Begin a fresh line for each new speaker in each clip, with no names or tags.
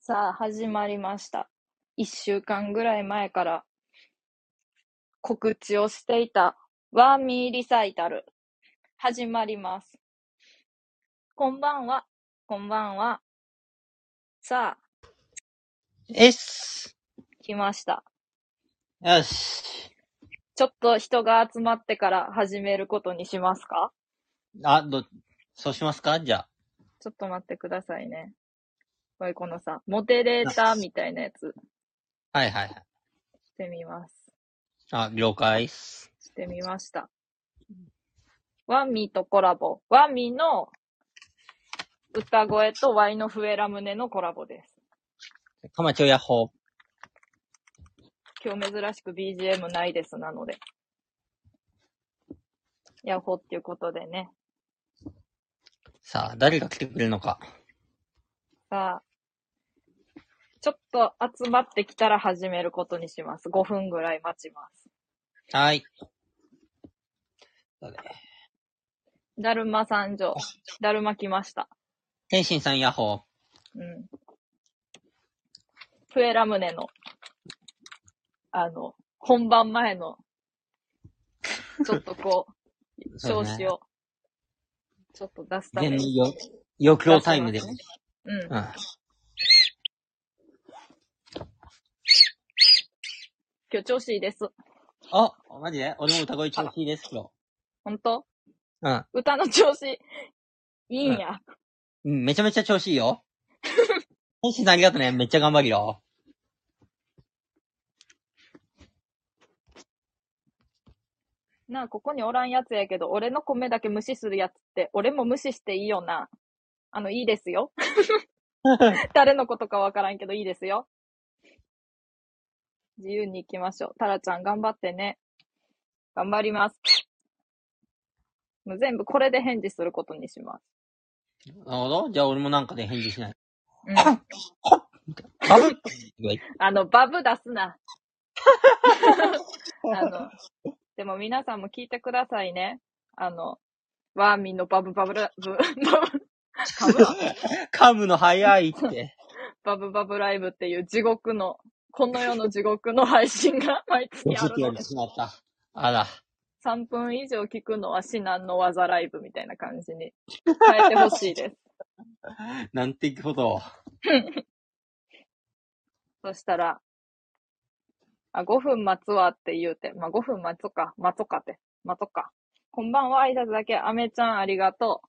さあ、始まりました。一週間ぐらい前から告知をしていたワーミーリサイタル、始まります。こんばんは、こんばんは。さあ、
えっす。
来ました。
よし。
ちょっと人が集まってから始めることにしますか
あ、ど、そうしますかじゃあ。
ちょっと待ってくださいね。これこのさ、モデレーターみたいなやつ
はいはいはい。
してみます。
あ、了解っす。
してみました。ワンミーとコラボ。ワンミーの歌声とワイのフエラムネのコラボです。
かまちょやっほー。
今日珍しく BGM ないです、なので。ヤッホーっていうことでね。
さあ、誰が来てくれるのか。
さあ、ちょっと集まってきたら始めることにします。5分ぐらい待ちます。
はーい。そうだね
だるま参上。だるま来ました。
天心さんやっほ
うん。プエラムネの、あの、本番前の、ちょっとこう、
そう
調
ね
子を、ちょっと出す
ー。
ため
全
に。
然よ、抑揚タイムで。うん。
うん。
今
今日調子いいです。
日、マジで俺も歌声調子いいですよ。
ほんと
うん
歌の 調子、いいんや。
うん。めちゃめちゃ調子いいよ。天心さんありがとうね。めっちゃ頑張るよ。
なあ、ここにおらんやつやけど、俺の米だけ無視するやつって、俺も無視していいよな。あの、いいですよ。誰のことかわからんけど、いいですよ。自由に行きましょう。タラちゃん頑張ってね。頑張ります。もう全部これで返事することにします。
なるほど。じゃあ俺もなんかで返事しない。
うん、
バブッ
あの、バブ出すな。 あの、でも皆さんも聞いてくださいね。あの、ワーミンのバブバブラ、ブ、バブ、噛むわ
噛むの早いって。
バブバブライブっていう地獄の、この世の地獄の配信が毎月あるので、
しまった。あら。
3分以上聞くのは至難の技ライブみたいな感じ に変えてほしいです。
なんてことを。
そしたら、あ、5分待つわって言うて、まあ、5分待つか、待とかて、待とか。こんばんは、挨拶だけ、アメちゃんありがと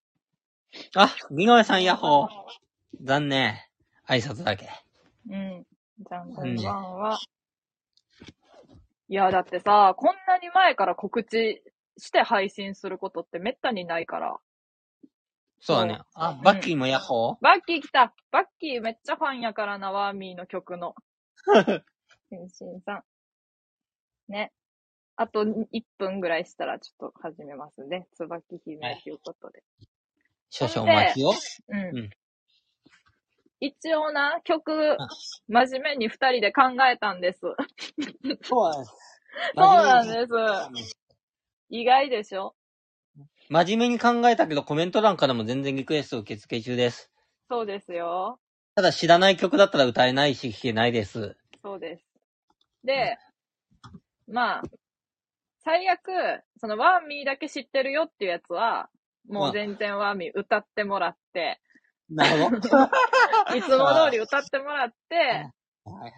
あ、みのえさん、やっほー。残念。挨拶だけ。
う。うん。じゃん、こんばんは。いや、だってさ、こんなに前から告知して配信することってめったにないから。
そうだね。あ、バッキーもやっほー。
バッキー来たバッキーめっちゃファンやからな、ワーミーの曲の。天心さん。ね。あと1分ぐらいしたらちょっと始めますね。椿姫
はい
ということで。
少々お待ちを。
うん。
うん
一応な、曲、真面目に2人で考えたん です。そう
そうなんです。
なんです。
す。
意外でしょ
真面目に考えたけど、コメント欄からも全然リクエスト受付中です。
そうですよ。
ただ知らない曲だったら歌えないし、弾けないです。
そうです。で、まあ、最悪、そのワーミーだけ知ってるよっていうやつは、もう全然ワーミー歌ってもらって、
なるほ ど。
いつも通り歌ってもらって、
はい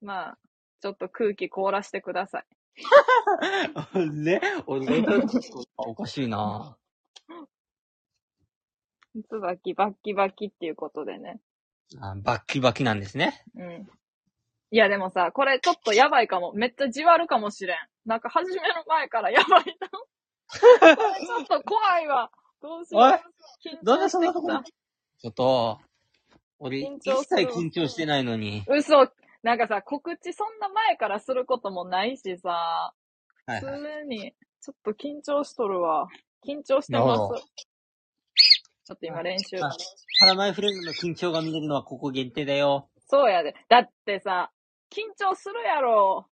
まあ、ちょっと空気凍らしてください。
はい。 ね、俺、 おかしいな
つばきバッキバキっていうことでね。
あバッキバキなんですね。
うん。いやでもさ、これちょっとやばいかも。めっちゃじわるかもしれん。なんか始める前からやばいな。これちょっと怖いわ。どうしよう
おい。
緊
どう
張
でそん
して
な
きた
こと。ちょっと、俺、
緊
一
張する
切緊張してないのに。
嘘。なんかさ、告知そんな前からすることもないしさ、
は
普
いはい。
通に、ちょっと緊張しとるわ。緊張してま
なるほど
す。ちょっと今練習。
あパラマイフレンドの緊張が見れるのはここ限定だよ。
そうやで。だってさ、緊張するやろ。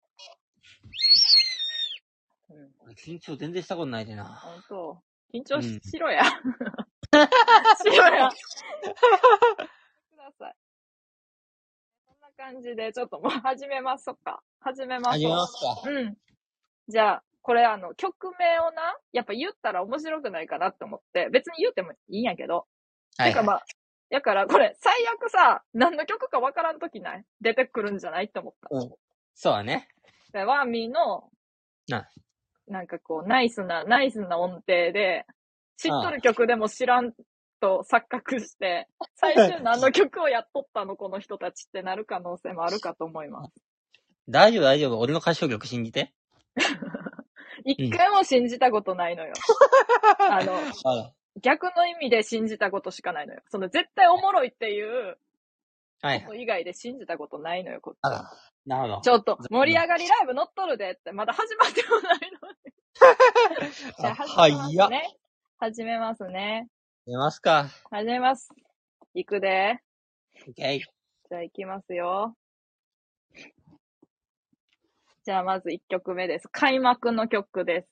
うん、
俺緊張全然したことないでな。
本当。緊張
う
し
ん
しろや。 しろや。ください。感じで、ちょっともう始めますそっか。始めま
始
し
め
ょ
ますか。
う。うん。じゃあ、これあの、曲名をな、やっぱ言ったら面白くないかなって思って、別に言ってもいいんやけど。
は
てか
い。
まあ、やからこれ、最悪さ、何の曲かわからんときない出てくるんじゃないって思った。
そうだね。
で、ワーミーの、
な
なんかこう、ナイスな、ナイスな音程で、知っとる曲でも知らんと錯覚して、最終何の曲をやっとったのこの人たちってなる可能性もあるかと思います。
大丈夫大丈夫。俺の歌唱力信じて。
一回も信じたことない のよ。あの、
は
逆の意味で信じたことしかないのよ。その絶対おもろいっていう
い。は
こ
い。
と以外で信じたことないのよ、こっち
あら。なるほ
ち
ど。
ょっと、盛り上がりライブ乗っとるでって、まだ始まってもないのに。じゃあ
は
始め
い
ま
や
す。ね。始めますね。
出ますか。
始めます。行くで。
オッケー。
じゃあ行きますよ。じゃあまず1曲目です。開幕の曲です。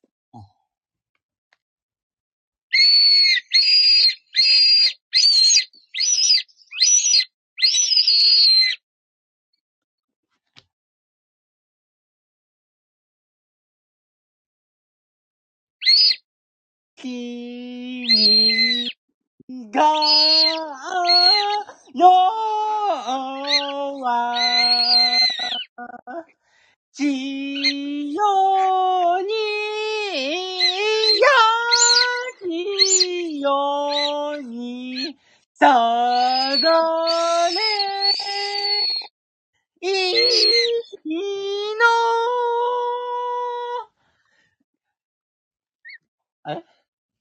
君が弱地上に焼きようにさだねいいの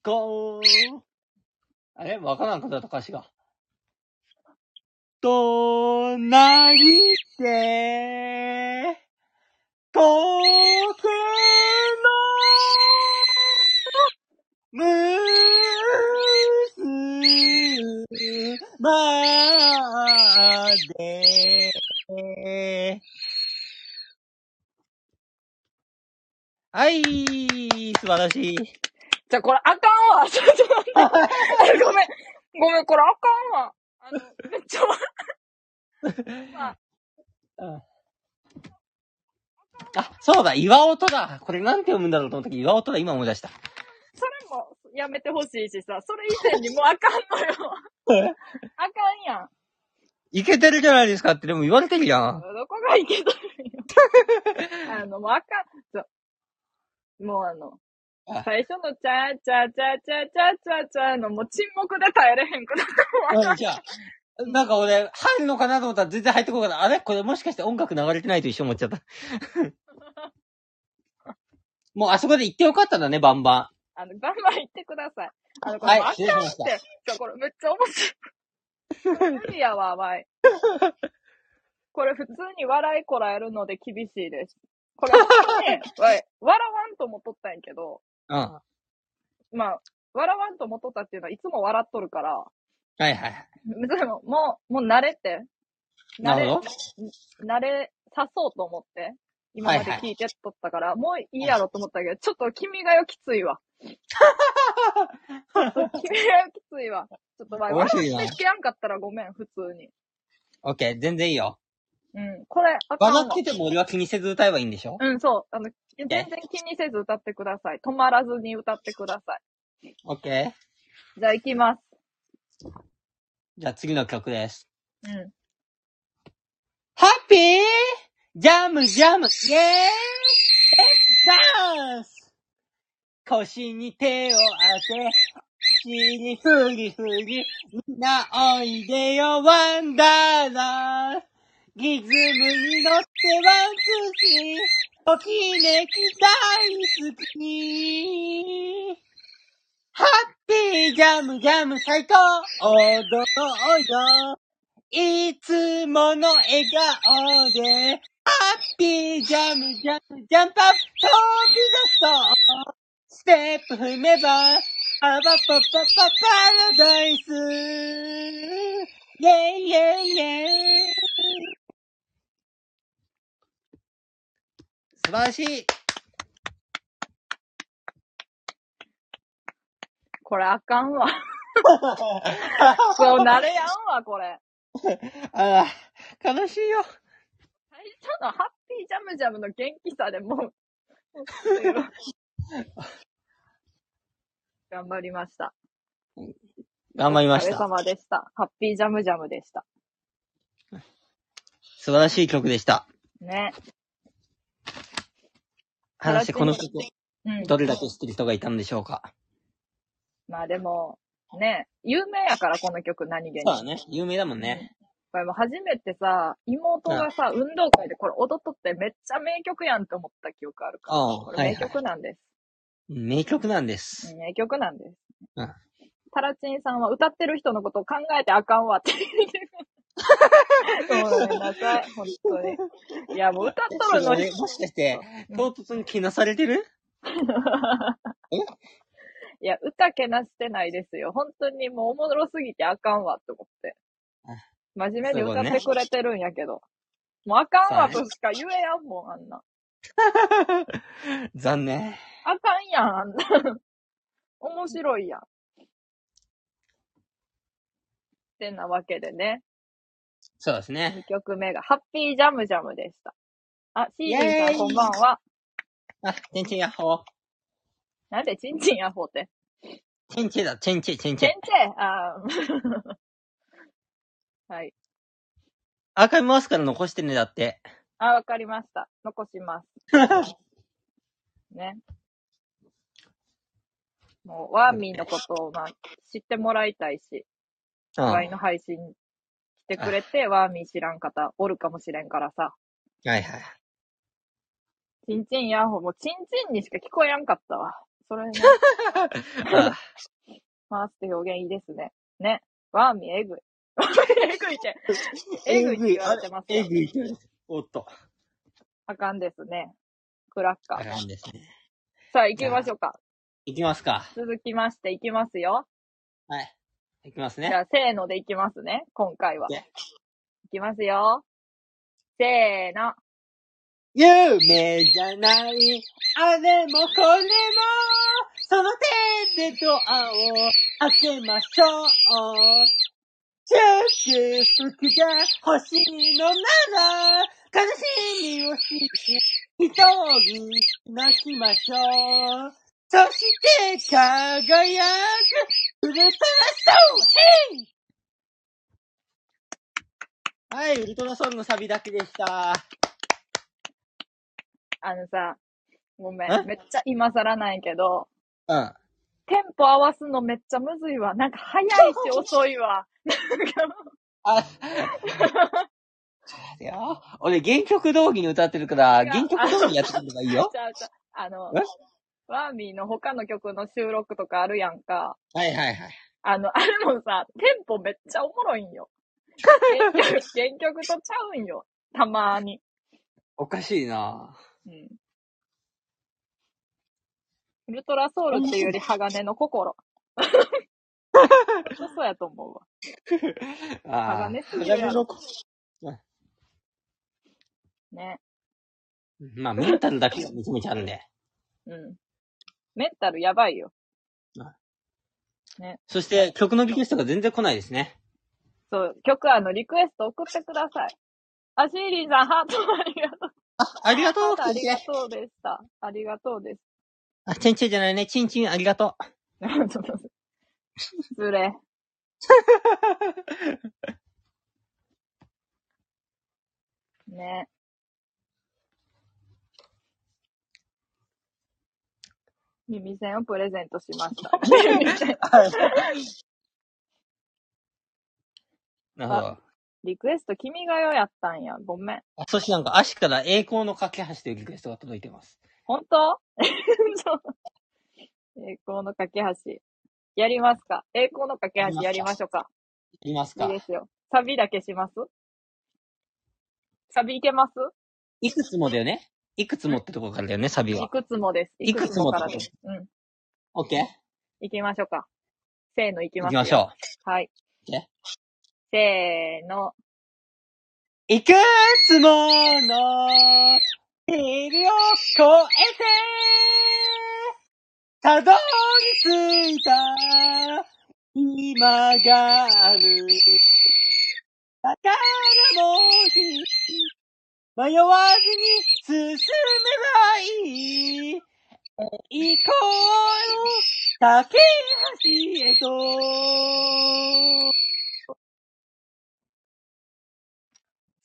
こう。あれわからんかった歌詞が。となりて、とけの、むすまで。はい、素晴らしい。
じゃあこれあかんわ。ち ょっと待って。ごめん。ごめん、これあかんわ。あの、めっちゃ
うんあ、そうだ、岩音だ。これなんて読むんだろうと思ったけど、岩音だ、今思い出した。
それもやめてほしいしさ、それ以前にもうあかんのよ。あかんやん。
いけてるじゃないですかって、でも言われてるやん。
どこがいけとるんよ。 あの、もうあかん、そうもうあの
あ、
最初のチャーチャーチャーチャーチャーチャーチャーのもう沈黙で耐えれへんくなったもん。
うんじゃあ、なんか俺、入るのかなと思ったら全然入ってこなかった。あれこれもしかして音楽流れてないと一緒思っちゃ った。もうあそこで行ってよかったんだね、バンバ
あの、バンバン言ってください。あの、
ン。
これ、
はい
あかんっ、
失礼しました。
て、そう、これめっちゃ面白い。これ無理やわ、わ い。これ普通に笑いこらえるので厳しいです。これ、ね、わい笑わんともとったんやけど、
うん。は
まあ、笑わんともとったっていうのはいつも笑っとるから、
いはいはい。
でも、もう、もう慣れて。慣
な
れ
るほど。
慣れさそうと思って。今まで聞いてっとったから、もういいやろと思ったけど、ちょっと君がよきつい わ。君がよきついわ。ちょっと前、
面
笑
白いな
ってきやんかったらごめん、普通に。
オッケー、全然いいよ。
うん。これ、あかん
笑
わ
ってても俺は気にせず歌えばいいんでしょ
うん、そう。あの、全然気にせず歌ってください。止まらずに歌ってくださ
オッケ
い。じゃあ行きます。
ー。じゃあ次の曲です。
うん。
ハッピージャムジャムイェーイレッツダンス腰に手を当て、口にふりふり、みんなおいでよワンダーラーリズムに乗ってワンツースリーときめき大好きハッピージャムジャム最高踊ろうよいつもの笑顔で、ハッピージャムジャムジャンプアップ飛び出そうステップ踏めば、パパパパパパラダイスイェイイェイイェイ素晴らしい
これあかん わ。そう、慣れやんわ、これ。
ああ、悲しいよ。
初のハッピージャムジャムの元気さでもう 頑張りました。
頑張りまし
お疲れ
た。
様でした。ハッピージャムジャムでした。
素晴らしい曲でした。
ね。
果たしてこの曲を
うん。
どれだけ知ってる人がいたんでしょうか。
まあでも、ね、有名やからこの曲何気に。
そうだね。有名だもんね。
これも初めてさ、妹がさ、運動会でこれ踊っとってめっちゃ名曲やんって思った記憶あるから。
ああ
これ
はい
名
はい
曲なんです。
名曲なんです。
うん名曲なんです。
うん
タラチンさんは歌ってる人のことを考えてあかんわって 言ってる。ごめんなさい、本当に。いや、もう歌っとるのに
それ。もしかして、唐突にけなされてる
いや、歌けなしてないですよ。本当にもうおもろすぎてあかんわって思って
あ。
真面目に
そう
歌
いうこと
っ
ね
てくれてるんやけど。もうあかんわとしか言えやんもん、あんな。
残念。
あかんやん、あんな。面白いやん。ってなわけでね、
そうですね。
2曲目がハッピージャムジャムでした。あ、シーリ
イ
ンさ
エーイ
んこんばんは。
あ、チェンチェやっほー。
なんでチンチンやほうって。
チェンチェだ、チェンチェ、チェン
チ
チェ
ェ。ンチェあー はい。
アーカイブ回すから残してね、だって。
あ、わかりました。残します。 ね。もう、ワーミーのことを、まあ、知ってもらいたいし、
う
ワイ
ん。
の配信来てくれて、ワーミー知らん方おるかもしれんからさ、
はい はい。
チンチンヤンホーもうチンチンにしか聞こえやんかったわ。それね、
あ
回すって表現いいですね。ね。ワーミーえぐい。えぐいって。えぐいって言われてますよ
え。ぐい。おっと。
あかんですね。クラッカ
あ
ー。
かんですね。
さあ、行きましょうか。
いきますか。
続きまして、行きますよ。
はい。いきます
じゃ
ね。
あ、せーのでいきますね、今回は。
ね
いきますよ。せーの。
夢じゃない。あれもこれも。その手でドアを開けましょう。祝福が欲しいのなら、悲しみをし、一人泣きましょう。そして輝く、ウルトラソングはい、ウルトラソングのサビだけでした。
あのさ、ごめ
え
ん。めっちゃ今更なんやけど、
うん。
テンポ合わすのめっちゃむずいわ。なんか早い し遅いわ。
あ、そうだよ。俺、原曲同義に歌ってるから、
いや
原曲同義やってくればいいよ。
ちゃうちゃうあの
え、
ワーミーの他の曲の収録とかあるやんか。
はいはいはい。
あの、あれもさ、テンポめっちゃおもろいんよ。 原曲、原曲とちゃうんよ。たまーに。
おかしいな
うん。ウルトラソウルっていうより鋼の 心。そうやと思うわ。
ぁ。あ
鋼すぎるやろ
鋼の子
ね。
まあ、メンタルだけがめちゃめちゃあるんで。
うん。メンタルやばいよ。
そして、曲のリクエストが全然来ないですね。
そう、曲あの、リクエスト送ってください。あ、シーリーさん、ハートありがとう。
ありがとう
ハートありがとうでした。ありがとうです。
あ、チェンチェンじゃないね。チンチンありがとう。
失礼。ね。耳栓をプレゼントしました。 耳栓
なるほど。
リクエスト君が代やったんや。ごめん。
あそしてなんか、足から栄光の架け橋というリクエストが届いてます。
本当 栄光の架け橋。やりますか栄光の架け橋やりましょうか。
います
いい
か
ですよ。サビだけしますサビいけます
いくつもだよねいくつもってとこからだよね、サビ
い
は。
くつもです。
いくつも
か
だ
ら
ね
です。うん。
オッケー
行きましょうか。せーの行き
行
ます
き
よ。
ましょう。
はい
いけ。
せーの。
いくつもの日々を越えて、たどり着いた今がある。宝もひ、迷わずに進めばいい。行こうよ、竹橋へと。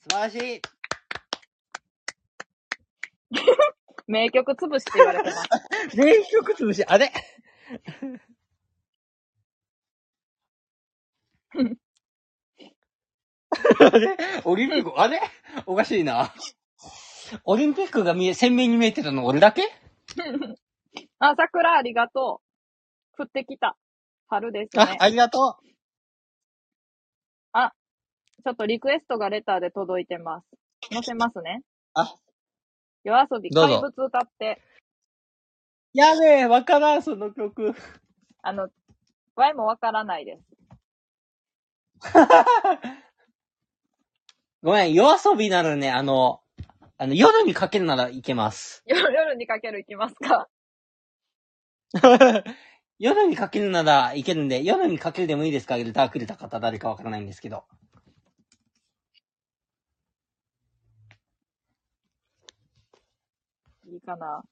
素晴らしい。
名曲潰しって言われて ます。
名曲潰し、あれ あれオリンピック、あれおかしいな。オリンピックが見え、鮮明に見えてたの俺だけ
あ、桜ありがとう。降ってきた。春です
あ
ね、。
ありがとう。
ちょっとリクエストがレターで届いてます。載せますね。
あ。
夜遊び、
どう
怪
ぞ
物歌って、
やべえ、わからん、その曲。
あの、Y もわからないです。
ごめん、夜遊びならね、あの、あの、夜にかけるならいけます。
夜夜にかけるいきますか。
夜にかけるならいけるんで、夜にかけるでもいいですかレターくれた方誰かわからないんですけど。
いいかな。
ど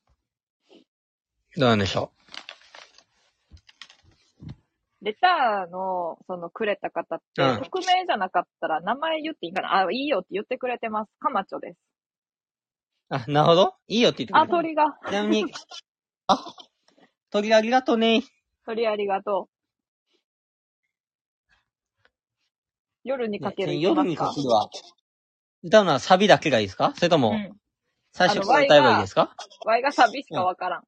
うなんでしょ
レターの、その、くれた方って、
うん
匿名じゃなかったら名前言っていいかなあ、いいよって言ってくれてます。かまちょです。
う。あ、なるほど。いいよって言ってくれ
あ、
た
鳥が。
ちなみに、あ、鳥ありがとうね。
鳥ありがとう。夜にかけるいきます
夜にかけるは、歌うのはサビだけがいいですかそれとも、
うん。
最初から歌えばいいですか
ワイがサビしかわからん。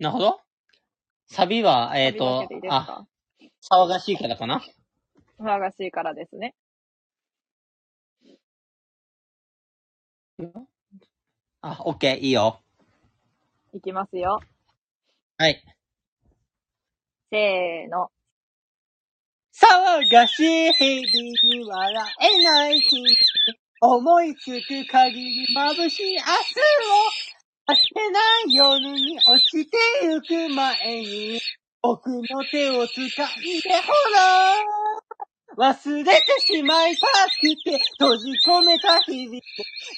なるほど。サビは、えっ、
サビだ
と
けでいい、です
あ、
か
騒がしいからかな。
騒がしいからですね。
あ、オッケー、いいよ。
いきますよ。
はい。
せーの。
騒がしい日々に笑えない日々思いつく限り眩しい明日を明けない夜に落ちてゆく前に僕の手を掴んでほら忘れてしまいたくて閉じ込めた日々を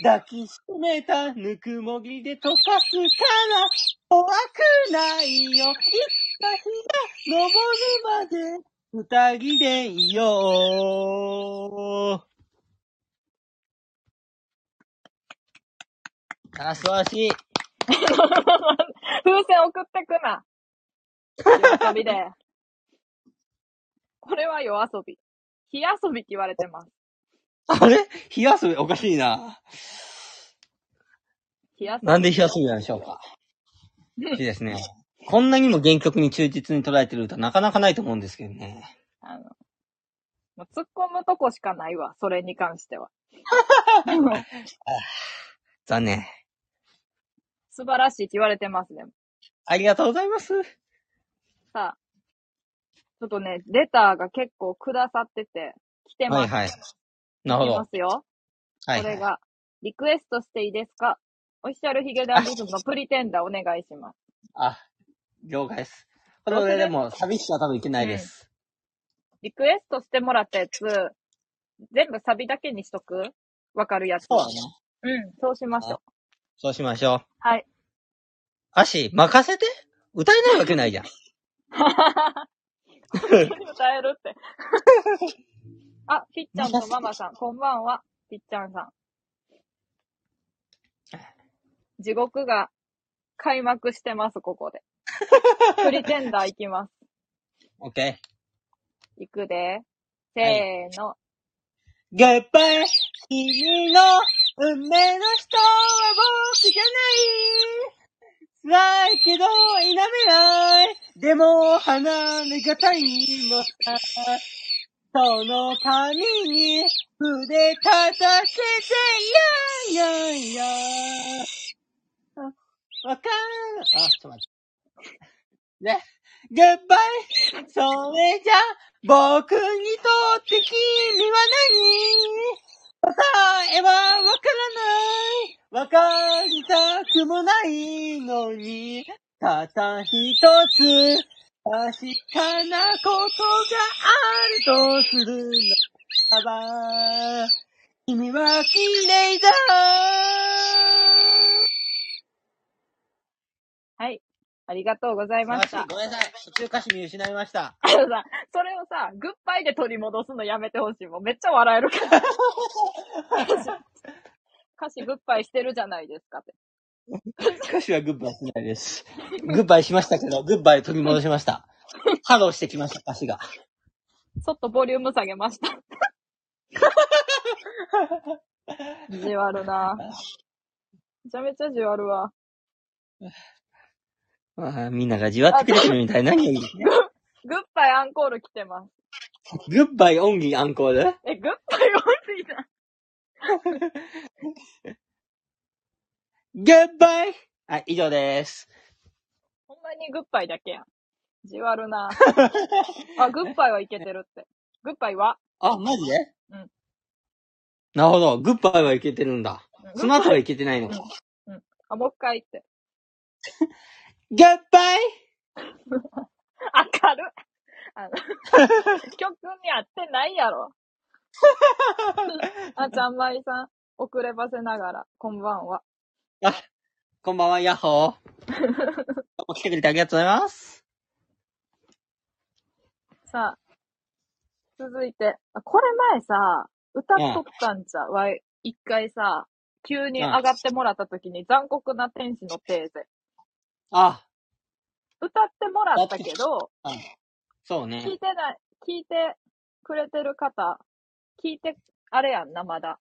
抱きしめたぬくもりで溶かすから怖くないよいつか日が昇るまで二人でいよう。あ、素晴らしい。
風船送ってくな。夜遊びで。 これは夜遊び。火遊びって言われてます。
あれ火遊びおかしいな。
火遊び。
なんで火遊びなんでしょうか。いいですね。こんなにも原曲に忠実に捉えてる歌なかなかないと思うんですけどね。
あの、もう突っ込むとこしかないわ。それに関して は。
残念。
素晴らしいって言われてますね。
ありがとうございます。
さあ。ちょっとね、レターが結構くださってて、来てます。
はいはい。なるほ
来て
ど。
ますよ。
はい
こ
は
れ
い。
が、リクエストしていいですかオフィシャルヒゲダンディズムのプリテンダーお願いします。
あ、了解です。これ俺でも寂しさは多分いけないです。
リクエストしてもらったやつ、全部サビだけにしとくわかるやつ。
そうだね。
うん、そうしましょう。
そうしましょう。
はい。
アシ、任せて歌えないわけないじゃん。
歌える って。あ、ぴっちゃんとママさん、こんばんは、ぴっちゃんさ ん。地獄が開幕してます、こ こで。プリテンダー行きます。
オッケ
行くで。せーの。
ー。グッバイ君の運命の人は僕じゃない辛いけど否めないでも離れがたいもさその髪に筆立たせて、いやいやいやあわかる。あ、ちょっと待って。ね。グッバイそれじゃ、僕にとって君は何答えはわからない。わかりたくもないのに、ただ一つ、確かなことがあるとするならば、君は綺麗だ
はい。ありがとうございました。
ごめんなさい。途中歌詞見失いました。
あのさ、それをさ、グッバイで取り戻すのやめてほしい。もうめっちゃ笑える から。歌詞グッバイしてるじゃないですかって。
歌詞はグッバイしないです。グッバイしましたけど、グッバイ取り戻しました。ハローしてきました、歌詞が。
ちょっとボリューム下げま した。意地悪なめちゃめちゃ意地悪わ。
まあ、みんながじわってくれてるみたい。何よりですね。
グッバイアンコール来てます。
グッバイオンリーアンコール
え、グッバイオンリーな。
グッバイはい、以上です。
ほんまにグッバイだけやん。意地悪な。 あ、グッバイはいけてるって。グッバイは
あ、マジで
うん。
なるほど。グッバイはいけてるんだ。その後はいけてないのか。
あ、もう一回言って。
グッバイ
明るいあ の、曲に合ってないやろ。あちゃんまいさん、遅ればせながら、こんばんは。
こんばんは、ヤッホー。どうも来てくれてありがとうございます。
さあ、続いて、あこれ前さ、歌っとったんちゃうわい一回さ、急に上がってもらった時に残酷な天使のテーゼ。
あ、
歌ってもらったけど、
そ
聞
う
い
ね。
てない、聞いてくれてる方、聞いて、あれやんな、まだ。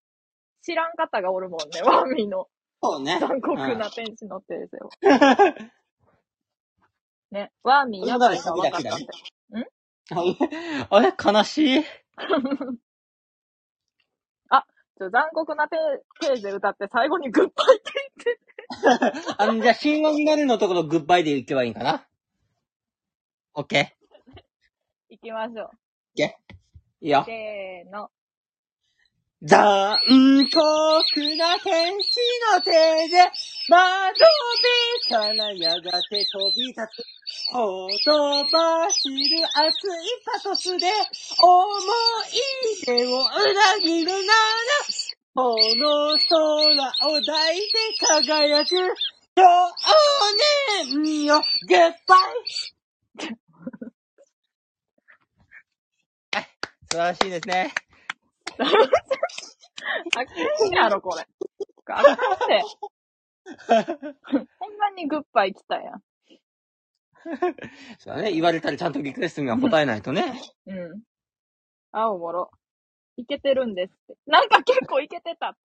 知らん方がおるも んね、ワンミの。
そう ね。
残酷
うん
な天使のテーゼを。ね、ワーミーやばいが分かったって。
あれ悲しい。
ちょ残酷なテーゼ歌って最後にグッバイって言って。
あの、じゃあ、新音になるのところグッバイで行けばいいんかなオッケ
いきましょ
ー。いいよ
う。。せーの。
残酷な天使の手で、窓びからやがて飛び立つ。ほとばしる熱いパトスで、思い出を裏切るなら、この空を抱いて輝く、少年よ、グッバイ素晴らしいですね。
あかんやろ、これ。あ かんって。ほんまにグッバイ来たやん。
そうだね。言われたらちゃんとリクエストには答えないとね。
うん。あ、おもろ。いけてるんですって。なんか結構いけてたっ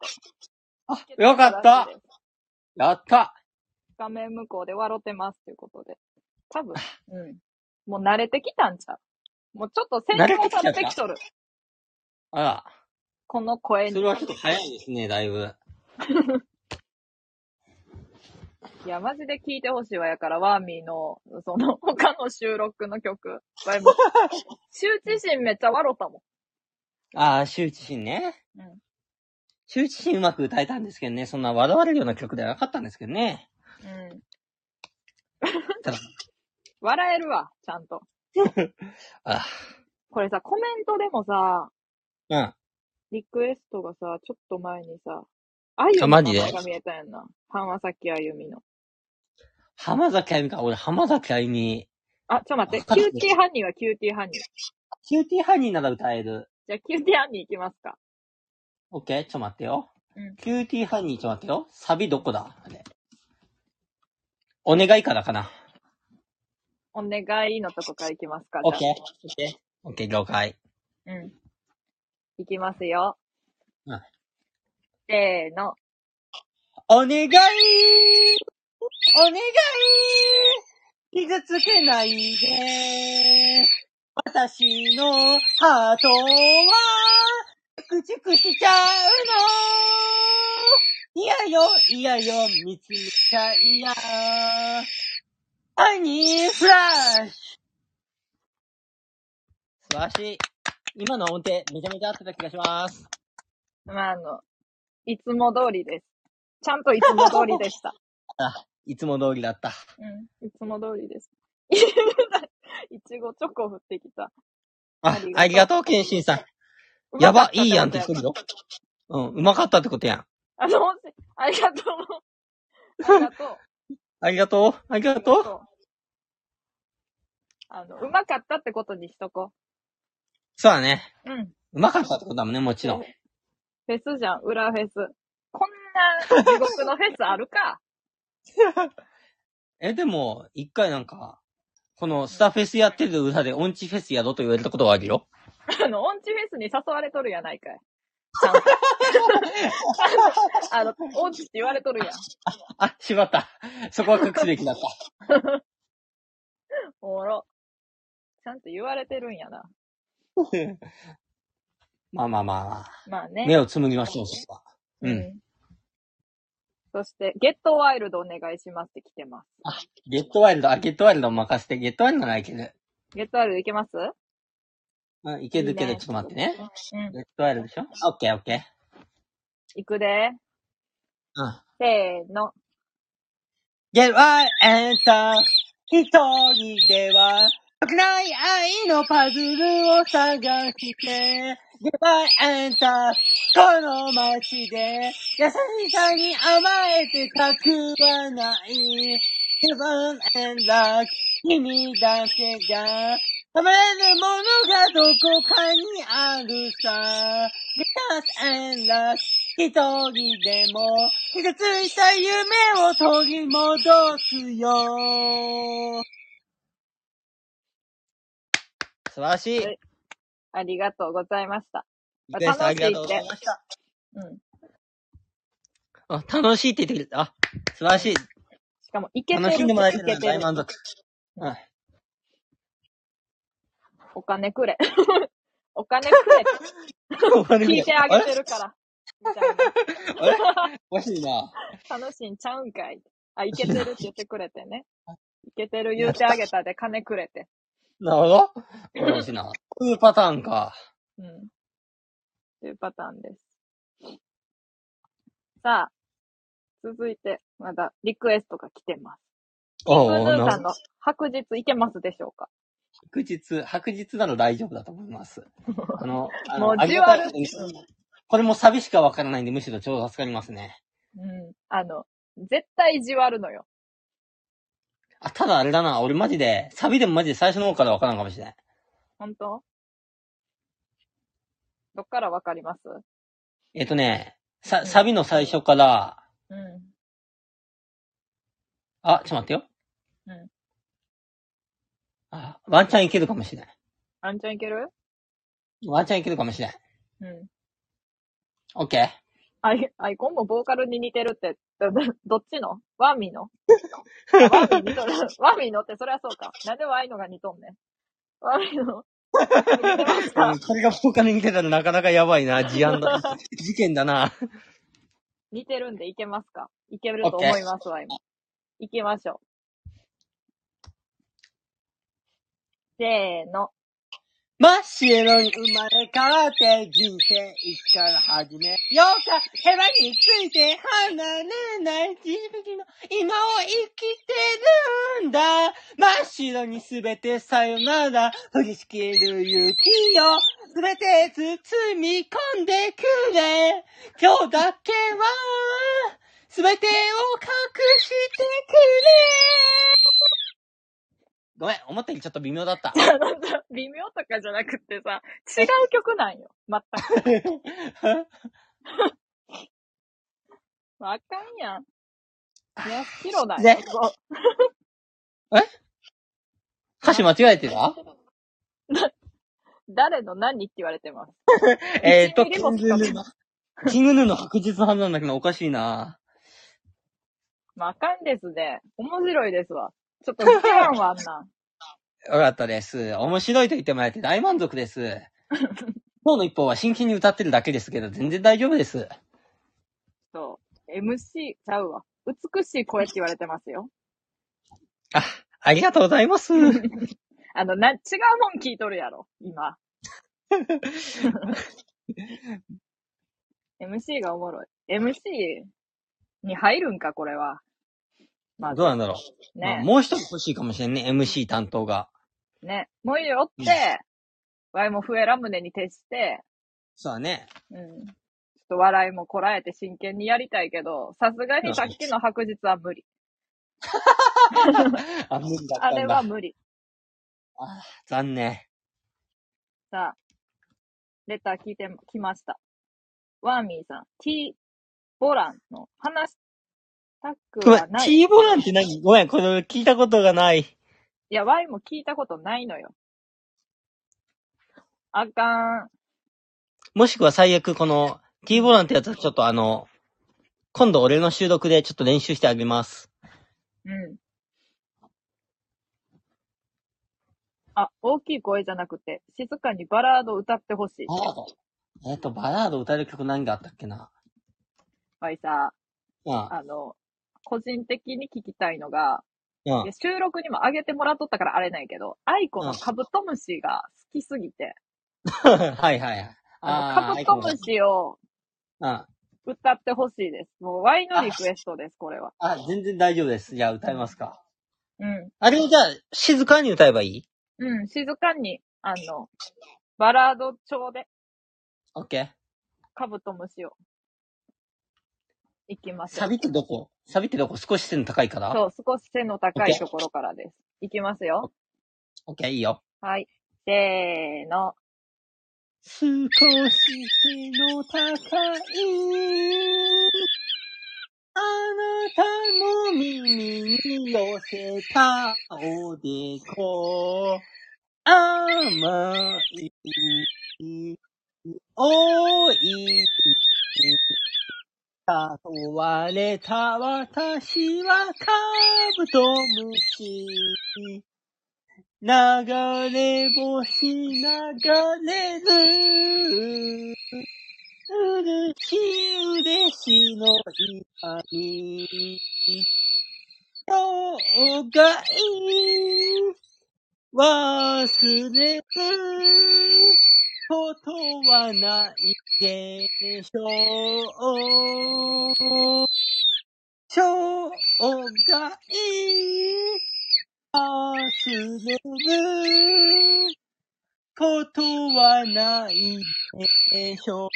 て。
よかった やった
画面向こうで笑ってますということで。多分、うん。もう慣れてきたんちゃうもうちょっと成長されてきとる。
あら。
この声
そ
に。
れはちょっと早いですね、だいぶ。
いや、マジで聞いてほしいわやから、ワーミーの、その、他の収録の 曲。わいもう羞恥心めっちゃ笑ったも
ああ、羞恥心ね。
ん。うん。
羞恥心うまく歌えたんですけどね、そんな笑われるような曲ではなかったんですけどね。
うん。
ただ、
笑えるわ、ちゃんと。
あ
これさ、コメントでもさ、
あ、
リクエストがさ、ちょっと前にさ、あゆみの
マジで
名前が見えたやんな。浜崎あゆみの。
うん。浜崎あゆみか、俺浜崎あゆみ。
あ、ちょっと待って、キューティーハニーはキューティーハニー。
キューティーハニーなら歌える。
じゃあ、キューティーハニー行きますか。
オッケーちょっと待ってよ。
うん
キューティーハニー、ちょっと待ってよ。サビどこだあれ。お願いからかな。
お願いのとこから行きますか。
オッ
じ
ケー
ゃ
オッケーオッケー了解。
あうん。行きますよ。
うん
せーの。
お願いお願い傷つけないで私のハートは、チクチクしちゃうのいやよ、いやよ、見つめちゃいやハニーフラッシュ素晴らしい。今の音程、めちゃめちゃ合ってた気がします。
まあ、あの、いつも通りです。ちゃんといつも通りでした。
いつも通りだった。
うん。いつも通りです。 いちごチョコ降ってきた。
あ、あ
あ
り
り
が
が
とう、ケンシンさん。
うま
や
かっ
ば
た、
いいやんって
ちゃ
一
とや
人よ。うん、うまかったってことやん。
あの、ありがとう。ありが とう。
ありがとう。ありがとう。
あの、うまかったってことにしとこ
そうだね。
う。うん。
うまかったってことだもんね、もちろん。
フェスじゃん、裏フェス。こんな地獄のフェスあるか
え、でも、一回なんか、このスタフェスやってる裏でオンチフェスやろうと言われたことがあるよ。
あの、オンチフェスに誘われとるやないかい。ちゃ んとあの、オンチって言われとるやん。
あ、しまった。そこは隠すべきだった。
おもろ。ちゃんと言われてるんやな。
まあまあまあま
まあ
あ。
ね。
目をつむぎましょう、そこは。う。
うんん。そして、ゲットワイルドお願いしますって来てます。
ゲットワイルド、あ、ゲットワイルド任せて、ゲットワイルドならいける。
ゲットワイルドいけますい
うん、いけるけど、ちょっと待ってね。。
うん。
ゲットワイルドでしょオッケーオッケー。
いくで。
うん。
せーの。
ゲットワイルド、一人では、ない愛のパズルを探して、ゲットワイルド、この街で、優しさに甘えてくわない。Heaven and luck, 君だけが、食べるものがどこかにあるさ。Heaven and luck, 一人でも、傷ついた夢を取り戻すよ。素晴らしい。
はいありがとうございました。
リクエストありがとうございました。
うん。
あ、楽しいって言ってくれた。あ、素晴らしい。
しかも、いけてる。
楽しんでもらえて
い
る
け
な
て
大
る。
満足。うん。
お金くれ。 お金くれ。聞いてあげてるから。みたい
あれあれおかしいな。
な。楽しんちゃうんかい。あ、いけてるって言ってくれてね。いけてる言うてあげたで金くれて。
なるほど。おかしいな。こういうパターンか。
うん。というパターンです。さあ、続いて、まだリクエストが来てます。
お
ふーずーさ
なん
の白日いけますでしょうか
白日、白日なら大丈夫だと思います。あの、
も
あの、
う
ありがたいことに
じわる
これもサビしかわからないんで、むしろちょうど助かりますね。
うん。あの、絶対じわるのよ。
あ、ただあれだな、俺マジで、サビでもマジで最初の方からわからんかもしれない。
本当どっからわかります
えっとね、さ、サビの最初から、
うん。
あ、ちょっと待ってよ。
うん。
あ、ワンチャンいけるかもしれない。
あんちゃんいける
ワンチャンいけるかもしれない。
うん。
オッケー
アイ、アイコンもボーカルに似てるって、 どどっちのワーミーの ワーミー似とる。ワーミーのってそれはそうか。なんでワイのが似とんねん。ワーミーの。似てまし
う
た
ん。これが他に見てたらなかなかやばいな、事案 だ。事件だな。
似てるんでいけますかいけると思いますわ、今。いきましょう。せーの。
真っ白に生まれ変わって人生一から始めようか。ヘラについて離れない自分の今を生きてるんだ。真っ白にすべてさよなら。降りしきる雪よ。すべて包み込んでくれ。今日だけは、すべてを隠してくれ。ごめん、思ったよりちょっと微妙だった。
なんか微妙とかじゃなくってさ、違う曲なんよ。全く。あかんやん。真っ白だよ
ね。
こ
歌詞間違えてた
う誰の何って言われてます。
えーっと、
1
キ
ミリも
ン
使
グ
って
ヌー
な
の、キングヌーの白日の花なんだけどおかしいな
まあ、あかんですね。面白いですわ。ちょっと時間はあん な。
わかったです。面白いと言ってもらえて大満足です。今日の一方は真剣に歌ってるだけですけど、全然大丈夫です。
そう。MC ちゃうわ。美しい声って言われてますよ。
あ、ありがとうございます。
あの、な、違うもん聞いとるやろ、 今。MC がおもろい。MC に入るんか、これは。まあ、
どうなんだろう。まあ
ね、
もう一つ欲しいかもしれんね、MC 担当が。
ね、もういいよって、ワイも笛ラムネに徹して、
そうだね。
うん。っと笑いもこらえて真剣にやりたいけど、さすがにさっきの白日は無理。
あ、無理だった
あ
んだ。
れは無理。
残念。
さあ、レター聞いても、来ました。ワーミーさん、T、ボランの話したく
ごめん
は、ない。い
T ボランって何ごめん、これ聞いたことがない。
や、Y も聞いたことないのよ。あかん。
もしくは最悪、この T ボランってやつはちょっとあの、今度俺の収録でちょっと練習してあげます。
うん。あ、大きい声じゃなくて、静かにバラード歌ってほしい。
バラードえっと、バラード歌える曲何があったっけな
ぱいさ、
あ
あの、個人的に聞きたいのが、
あ、
い
うん
や。収録にも上げてもらっとったからあれないけど、アイコのカブトムシが好きすぎて、
はいはいはい。
あの、カブトム
あ
シを
あ、
歌ってほしいです。もう、ワイのリクエストです、これは。
あ、全然大丈夫です。じゃあ歌いますか。
うん。
あれをじゃあ、静かに歌えばいい
うん、静かに、あの、バラード調で
オッケー。
カブトムシを、いきましょ
サ
う。
ビってどこサビってどこ少し背の高いから
そう、少し背の高い
OK
ところからです。いきますよ。
オッケー、いいよ。
はい。せーの。
少し背の高い、あなたの耳に寄せたおでこ、甘い、おい、誘われた私はカブトムシ。流れ星流れる。うるしうれしの痛み。障害忘れることはないでしょう。障害 忘れることはないでしょう。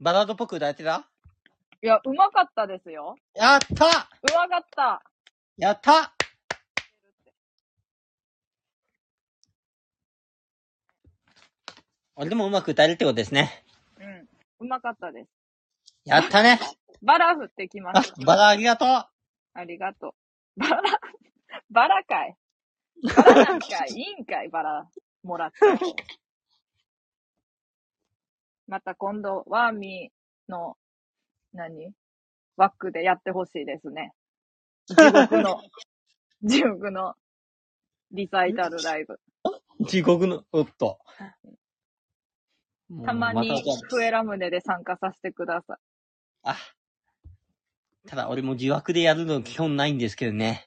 バラードっぽく歌えてた
いや、うまかったですよ。
やった
うまかった。
やった俺でもうまく歌えるってことですね。
うん。うまかったです。
やっ たね
バラ降ってきま
あ
した。、
バラありがとう
ありがとう。バラ、 バラかい。バラなんか い、いいんかい、バラもらって。また今度、ワーミーの、何枠でやってほしいですね。地獄 の、地獄のリサイタルライブ。
地獄の、おっと。もう
たまに
たじゃあ
笛ラムネで参加させてください。
あ。ただ俺も自枠でやるの基本ないんですけどね。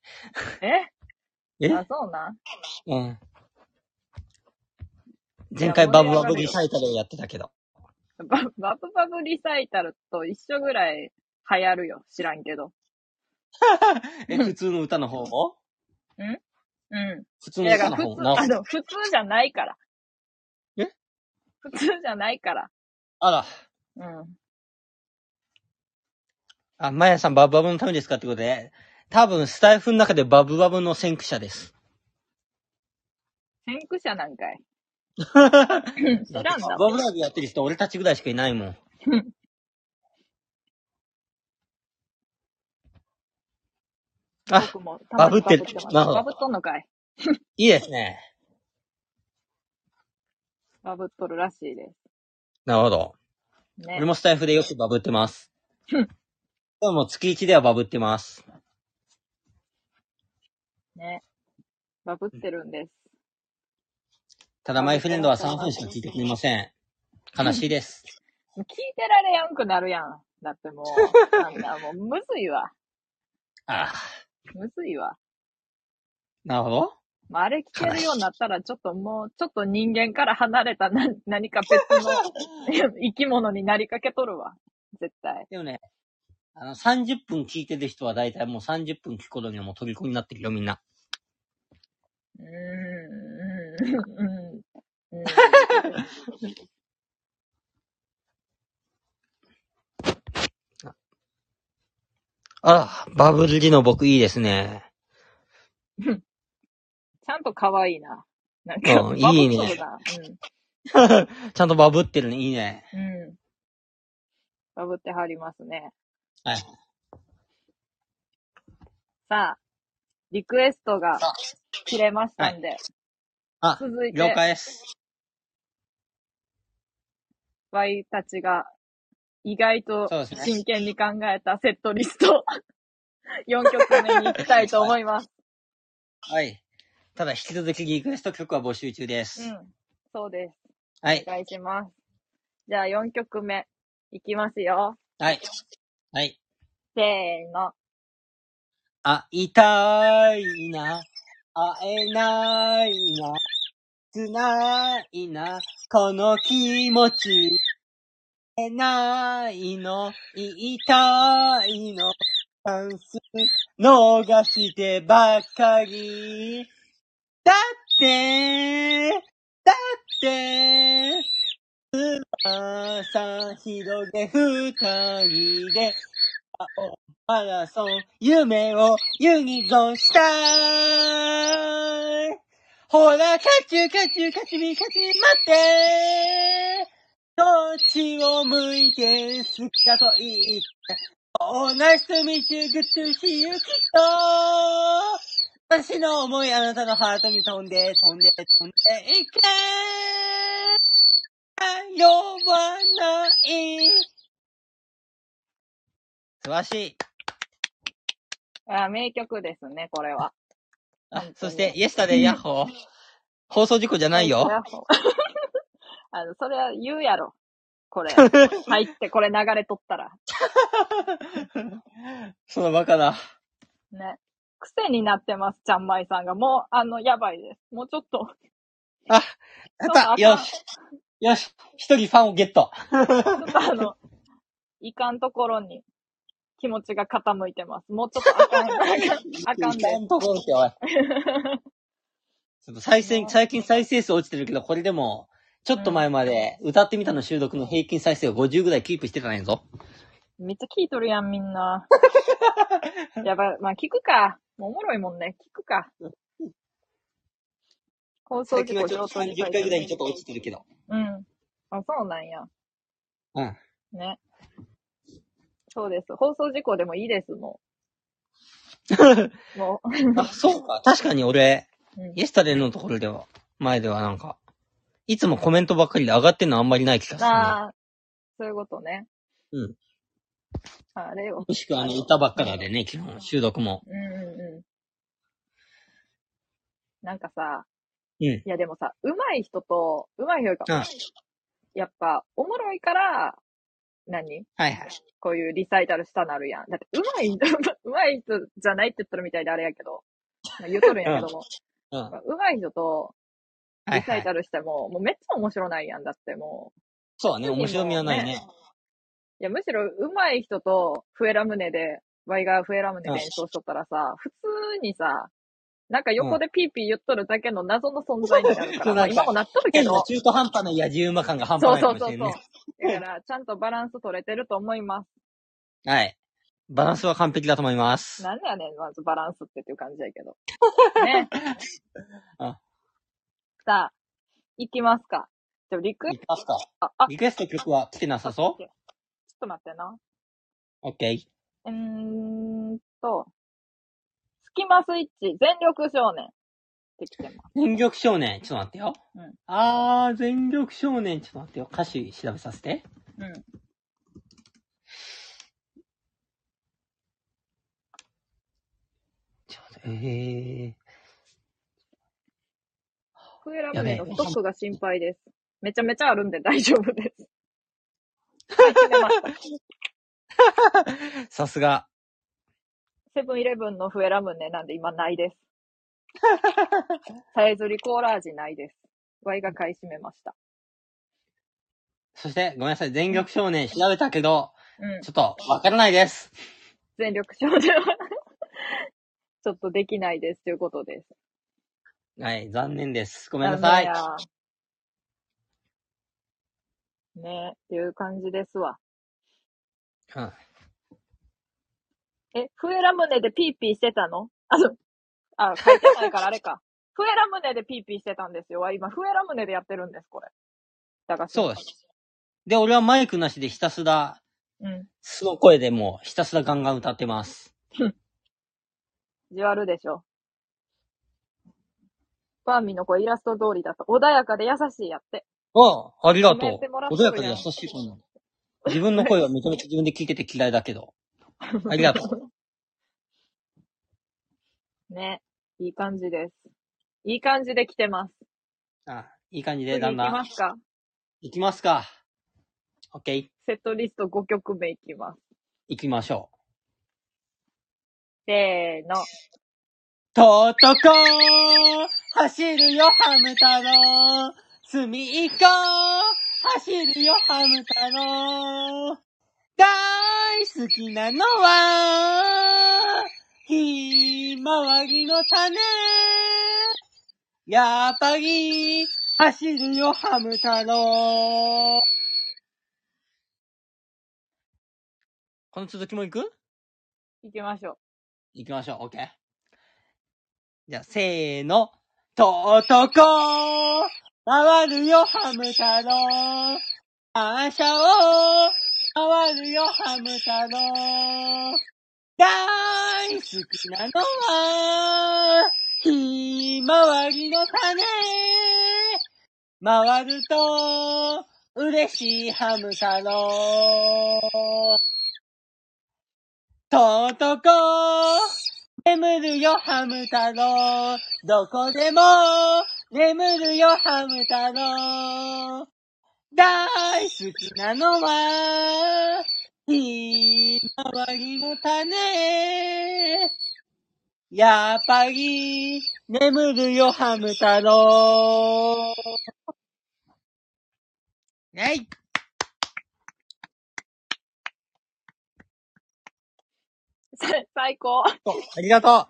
え
え
あ、そうなん
うん。前回バブバブリサイタルやってたけど。
ババブバブリサイタルと一緒ぐらい流行るよ。知らんけど。
え、普通の歌の方も
うん。
普通
い
の
や、だ
歌の
から普
方も
通、あ
な
の、普通じゃないから。
え
普通じゃないから。
あら。
うん。
あ、マヤさんバブバブのためですかってことで。多分スタイフの中でバブバブの先駆者です。
先駆者なん かい。
バ
うん知らんだ
ブバブライブやってる人俺たちぐらいしかいないも ん。
もん。
あ、
僕もたまに
バブってる
ます
なるほど
バブっとんのかい。
いいですね。
バブっとるらしいで
なるほど。
す。ね
俺。もスタイフでよくバブってます。
うん
でも月1ではバブってます。
ね。バブってるんです。
ただマイフレンドは3分しか聞いてくれません。悲しいです。
聞いてられやんくなるやん。だっても う、なんだ、もう、むずいわ。
ああ、
むずいわ。
なるほど。
まあ、あれ聞けるようになったら、ちょっともう、ちょっと人間から離れたな 何か別の 生き物になりかけとるわ。絶対。
でもね、あの、30分聞いてる人は大体もう30分聞くことにはもう虜になってるよ、みんな。
うーん、うん、うんうん
あら、バブル時の僕いいですね。
ちゃんと可愛いな。なんか、
うん
バブっ
いい
と
ね
るな。
ちゃんとバブってるね、いいね。
うん。うん。バブってはりますね。
はい。
さあ、リクエストが切れましたんで、
あ、
続い
了
て、
解です。
ワイたちが意外と
そうですね
真剣に考えたセットリスト、4曲目に行きたいと思います。
はい。ただ、引き続きリクエスト曲は募集中で
う
す。
ん。そうです。
はい
お。願いします。じゃあ4曲目、いきますよ。
はい。はい。
せーの。
会いたいな。会えないな。辛いな。この気持ち。会えないの。言いたいの。チャンス逃してばっかり。だって、だって、朝広げ二人で、マラソン、夢をユニゾンしたい。ほら、カチュカチュカチュミカチュミ待って。どっちを向いて好きだと言って。Oh, nice to meet you, good to see you, きっと。私の思いあなたのハートに飛んで、飛んで、飛んでいけ。迷わない。素晴らしい。
あ名曲ですね、これは。
あ
本、当
そ
に
して、イエスタでヤッホー。放送事故じゃないよ。
あの、それは言うやろ。こ れ。入って、これ流れとったら。
そのバカだ。
ね。癖になってます、ちゃんまいさんが。もう、あの、やばいです。もうちょっと。
あ、やった
ちょっとあかん
よしよし一人ファンをゲット
ちょっと あの、いかんところに気持ちが傾いてます。もうちょっとあかん、あかん、あかん
いか
で
んところって、おい。ちょっと再生、最近再生数落ちてるけど、これでも、ちょっと前まで、歌ってみたの収録の平均再生を50ぐらいキープしてたんやぞ。
す。めっちゃ聞いとるやん、みん な。やばい、まあ聞くか。もうおもろいもんね。聞くか。放送
最
事
近は
故
ちょ
上等に
っと
書
30
いて
回ぐらい
る
にちょっと落ちてるけど。
うん。あ、そうなんや。
うん。
ね。そうです。放送事故でもいいです、もう。も
あ、そうか。確かに俺、
う。うん
イエスタデーのところでは、前ではなんか、いつもコメントばっかりで上がってんのあんまりない気がするね。
ああ、そういうことね。
うん。
あれよ。
もしくはあの歌ばっかりでね、基本、収録も。
うんうんうん。なんかさ、
うん
いやでもさ、上手い人と、上手い人
うん
が、やっぱ、おもろいから、何
はいはい。
こういうリサイタルしたなるやん。だって、 上手い、上手い人じゃないって言っとるみたいであれやけど、まあ言うとるんやけども、
うん。
まあ上手い人と、
は
リ
い、
サ
は
イ
い。
タルしても、もうめっちゃ面白ないやん。だっても
そうね、面白みはない
う、
ね。
いや、むしろ上手い人と、フエラムネで、ワイがフエラムネで演奏しとったらさ、普通にさ、なんか横でピーピー言っとるだけの謎の存在になるから、
そ
ま
うな
あ
ん
今
か
もなっとるけ
変な
ど、
中途半端な野じ馬感が半
そう
端な
そ
いうかも
そ
し
う
れ
そう
ない。。
だから、ちゃんとバランス取れてると思います。
はい。バランスは完璧だと思います。
なんやねん、まずバランスってっていう感じやけ ど。ね。
あ
さあ、行きますか。じゃあ、リクエ
い
ス
きますか。
ト、あ、
リクエスト曲は来てなさそ
ちょっと待ってな。
う ?OK。
うーんと、スキマスイッチ、全力少年。ってきてます。
全力少年、ちょっと待ってよ。
うん
あー、全力少年、ちょっと待ってよ。歌詞調べさせて。
うん。
ちょっと待って、え
クエラムネのストックが心配です。めちゃめちゃあるんで大丈夫です。はい決めました
ー。さすが。
セブンイレブンのフエラムネなんで今ないです。さえずりコーラ味ないです。ワイが買い占めました。
そして、ごめんなさい。全力少年調べたけど、
うん
ち。ょっと、わからないです。
全力少女は ちょっとできないですということです。
はい、残念です。ごめんなさい
残。念やねっていう感じですわ。
はい。
え、笛ラムネでピーピーしてたの あの、あ、書いてないからあれ か。笛ラムネでピーピーしてたんですよ。あ今、笛ラムネでやってるんです、これ。だから
そうです。で、俺はマイクなしでひたすら、
うん。
素の声でもうひたすらガンガン歌ってます。
じわるでしょ。バーミーの声イラスト通りだと。穏やかで優しいやって。
ああ、ありがと
褒めてもらっ
う。
と
穏
るや
や
ん
かで優しい声なの。自分の声はめちゃめちゃ自分で聞いてて嫌いだ けど。ありがとう。
ね。いい感じです。いい感じで来てます。
あいい感じ
次
で、
行
だ
き
んだん。
ますか。
いきますか。オッケー。
セットリスト5曲目いきます。
いきましょう。
せーの。
とうとこ走るよハム太郎住み行こう走るよハム太郎大好きなのはひまわりの種やっぱり走るよハム太郎この続きも行く
行きましょう。
行きましょう、オッケー。じゃあ、せーの。とうとこ回るよ、ハム太郎反射を回るよ、ハム太郎大好きなのは、ひまわりの種回ると、嬉しいハム太郎とうとこ眠るよハム太郎どこでも眠るよハム太郎大好きなのはひまわりの種やっぱり眠るよハム太郎はい。
最最高。
ありがとう。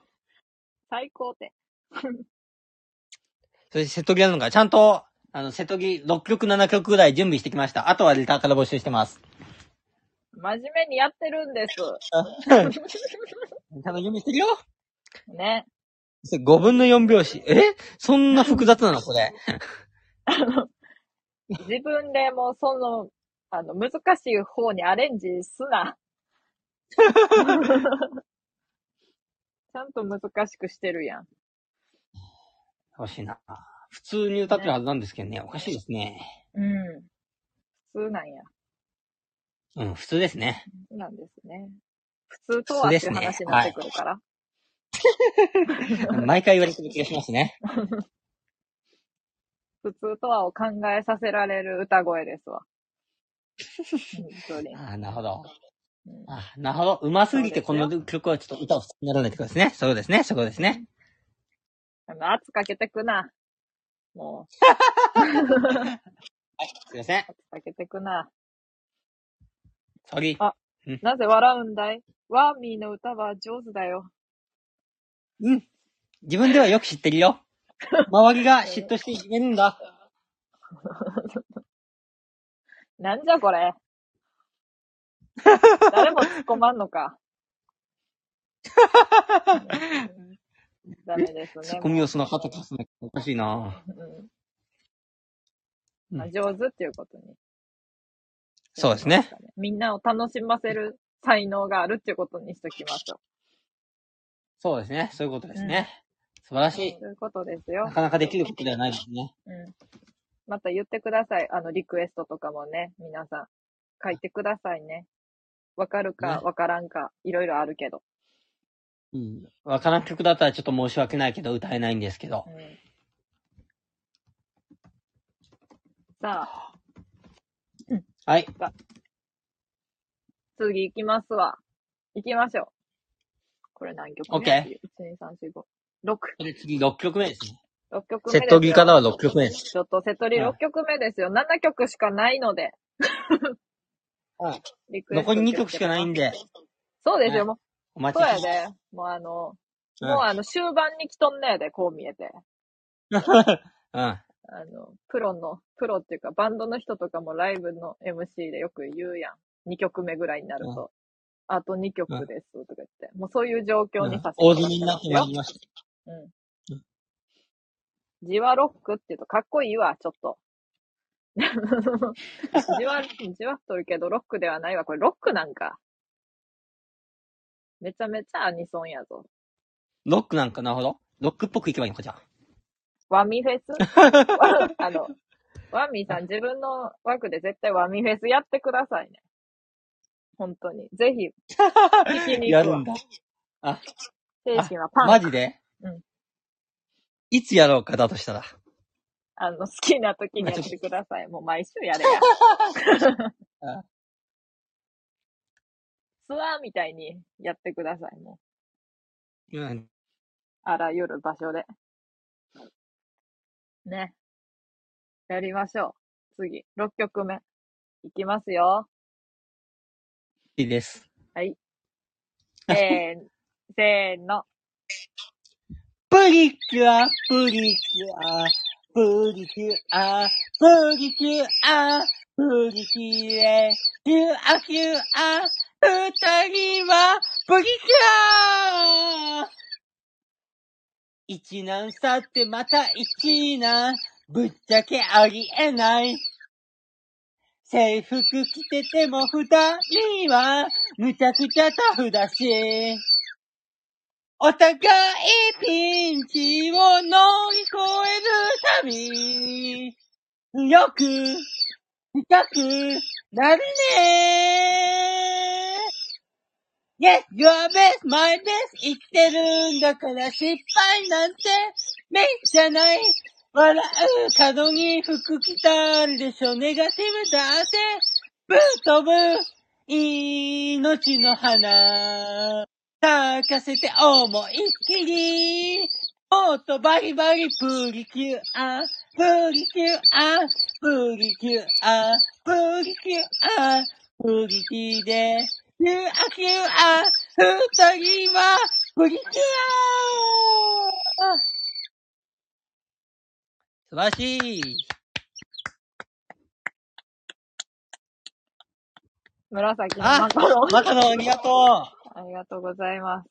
最高って。
それで瀬戸際なのか、ちゃんと、あの、瀬戸際6曲、7曲ぐらい準備してきました。あとはレターから募集してます。
真面目にやってるんです。
ちゃんと準備してるよ
ね。
それ ?5 分の4拍子。えそんな複雑なのこれ。
自分でもうその、あの、難しい方にアレンジす な。ちゃんと難しくしてるやん。
おかしいな。普通に歌ってるはずなんですけどね。おかしいですね。
うん。普通なんや。
うん、普通ですね。
そうなんですね。普通とはっていう話になってくるから。
毎回言われてる気がしますね。
普通とはを考えさせられる歌声ですわ。本当に。
あーなるほど。
うん
あーなるほど。うますぎてこ
そう
の
です
曲はちょっと歌を普通にならないってことですね。そうですね。そうですね。
あの、圧かけてくな。もう、
はい、すいません。
圧かけてくな。
次。
あなぜ笑うんだいワーミーの歌は上手だよ。
うん。自分ではよく知ってるよ。周りが嫉妬していじめるんだ。
なんじゃこれ。誰も突っ込まんの か。ダメですね。
ツッコミをその旗足すのおかしいな
うんまあ上手っていうことに。
そうですね。
みんなを楽しませる才能があるっていうことにしときましょ
そうですね。そういうことですね。素晴らし
う。
い。
ということです
な
よ。
かなかできることではないですね。
うん。また言ってください。あの、リクエストとかもね、皆さん。書いてくださいね。わかるか
ね
わからんか、いろいろあるけど。
うん。わからん曲だったらちょっと申し訳ないけど、歌えないんですけど
う。ん。さあ、
はい。
次行きますわ。行きましょう。これ何曲目
OK
?1、2、3、4、5。6。
それで次、6曲目ですね。
6曲目
セ
ですよ
ットギからは6曲目です。
ちょっとセトリ6曲目ですよ。7曲しかないので。
はい
リクエスト
残り2曲しかないんで、
そうです
は
よ。
い
もう、
お待
そう
ち
や
して
で。もうあの、もう
ま
あの、終盤に来とんねやで、こう見えて。
す。うん。うん。
あの、プロの、プロっていうか、バンドの人とかもライブの MC でよく言うやん。2曲目ぐらいになると。あと2曲です、とか言って。もうそういう状況にさせて
大
も
喜
らっ
利に
た
なっ
んで
て
す
ま
よ
い。りました。
う。
うん
ジワロックって言うとかっこいいわ、ちょっと。 じわ、じわっとるけど、ロックではないわ。これロックなんか。めちゃめちゃアニソンやぞ。
ロックなんかなるほど。ロックっぽくいけばいいのか、じゃあ。
ワミフェス あの、ワミさん自分の枠で絶対ワミフェスやってくださいね。本当に。ぜ ひ、聞きに
や
行く
るん
わ。
だ。
精神はパン。
マジで
うん
いつやろうか、だとしたら。
あの、好きな時にやってください。もう毎週やれや。
あ
ツアーみたいにやってください。もう、
うん。
あらゆる場所で。ね。やりましょう。次、6曲目。いきますよ。
いいです。
せー、せーの。
プリキュア、プリキュア、プリキュア、プリキュア、プリキュエ、キュアキュア、二人は、プリキュア一難去ってまた一難、ぶっちゃけありえない。制服着てても二人は、むちゃくちゃタフだし。お互いピンチを乗り越えるたび、よく、深くなるね Yes, your best, my best 言ってるんだから失敗なんてめっちゃない。笑う角に服着たんでしょ、ネガティブだって。ぶっ飛ぶ命の花。咲かせて思いっきり。もっとバリバリプリキュア、プリキュア、プリキュア、プリキュア、プリキュで、キュアキュア、二人はプリキュア素晴らしい
紫の
あ
マカロン。
マカロンありがと
ありがとうございます。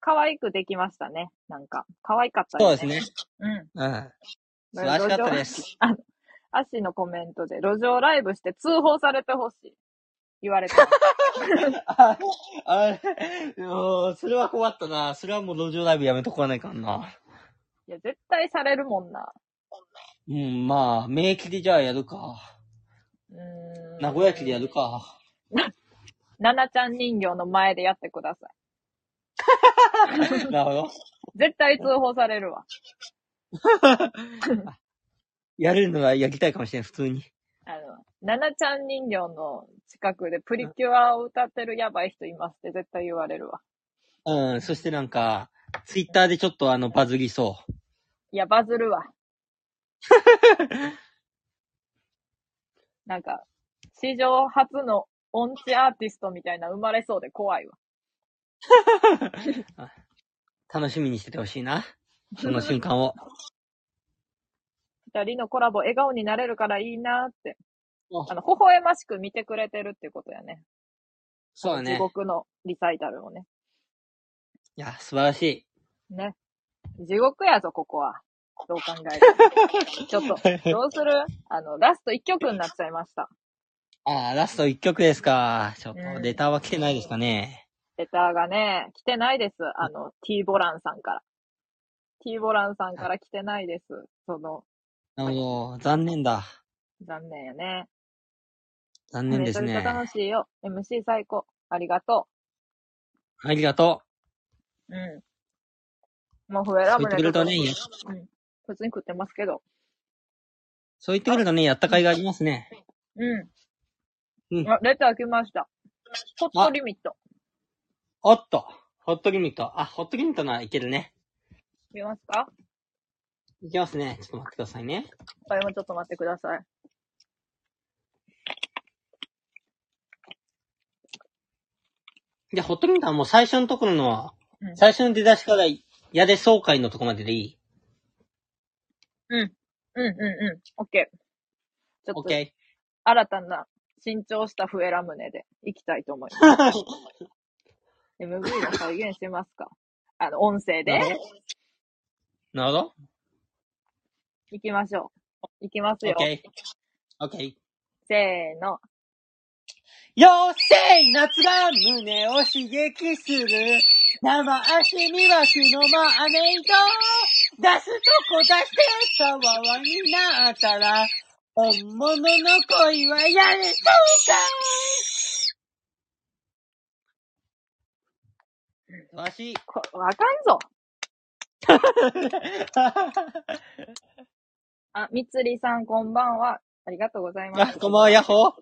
可愛くできましたね。なんか、可愛かった
うそうですね。。
うん。
うん。素晴らしかったです。
アッシーのコメントで、路上ライブして通報されてほしい。言われ た。
あ、あれ、もうそれは困ったな。それはもう路上ライブやめとこわないかんな。
いや、絶対されるもんな。
うん、まあ、名駅でじゃあやるか。
うーん。
名古屋駅でやる。か。
ななちゃん人形の前でやってください。
なるほど。
絶対通報されるわ。
やれるならやりたいかもしれない、普通に。
あの、ななちゃん人形の近くでプリキュアを歌ってるやばい人いますって絶対言われるわ。
うん、そしてなんか、ツイッターでちょっとあの、バズりそ
いや、バズるわ。なんか、史上初の音痴アーティストみたいな生まれそうで怖いわ。
う。楽しみにしててほしいな。その瞬間を。
二人のコラボ笑顔になれるからいいなって。あ
あ
の、微笑ましく見てくれてるってことやね。
そうだ
地
ね。
獄のリサイタルをね。
いや、素晴らしい。
ね。地獄やぞ、ここは。どう考え ても。ちょっと、どうするあの、ラスト一曲になっちゃいました。
あーラスト1曲ですか。ちょっと
うん
レターは来てないですかね。
レターがね、来てないです。あの、T ボランさんから。T ボランさんから来てないです。その、
なるほど。残念だ。
残念やね。
残念です
めちゃめちゃ楽
ね。
しいよ。MC 最高。ありがと
ありがと
う。うん。もう増
う。
え
そ
ラ
う
ム
言っ
ネ
てくれるとね、や
うん。普通に食ってますけど。
そう言ってくれるとね、やった甲斐がありますね。
うん。
うん
あ、レター来ました。ホットリミット。
おっと、ホットリミット。あ、ホットリミットならいけるね。
見ますか
いきますね。ちょっと待ってくださいね。
これもちょっと待ってください。
じゃあ、ホットリミットはもう最初のところの
う、ん
最初の出だしから、やで爽快のとこまででいい。
うん。うんうんうん。オッケー。ちょ
オ
っと、
ッケ
新たな、新調した笛ラムネで行きたいと思います。
ー。
MV は再現してますかあの、音声で
なるほ。ど。なるほど。
行きましょう。行きます
オッ
よ。
ケー。オッケー。
せーの。
妖精夏が胸を刺激する。生足にはしのマーメイド。出すとこ出して、たわわになったら、本物の恋はやれそうかわ しい。
こわかんぞ。あ、みつりさん、こんばんは。ありがとうございま
あ、
す。
こんばんは、ヤッホー。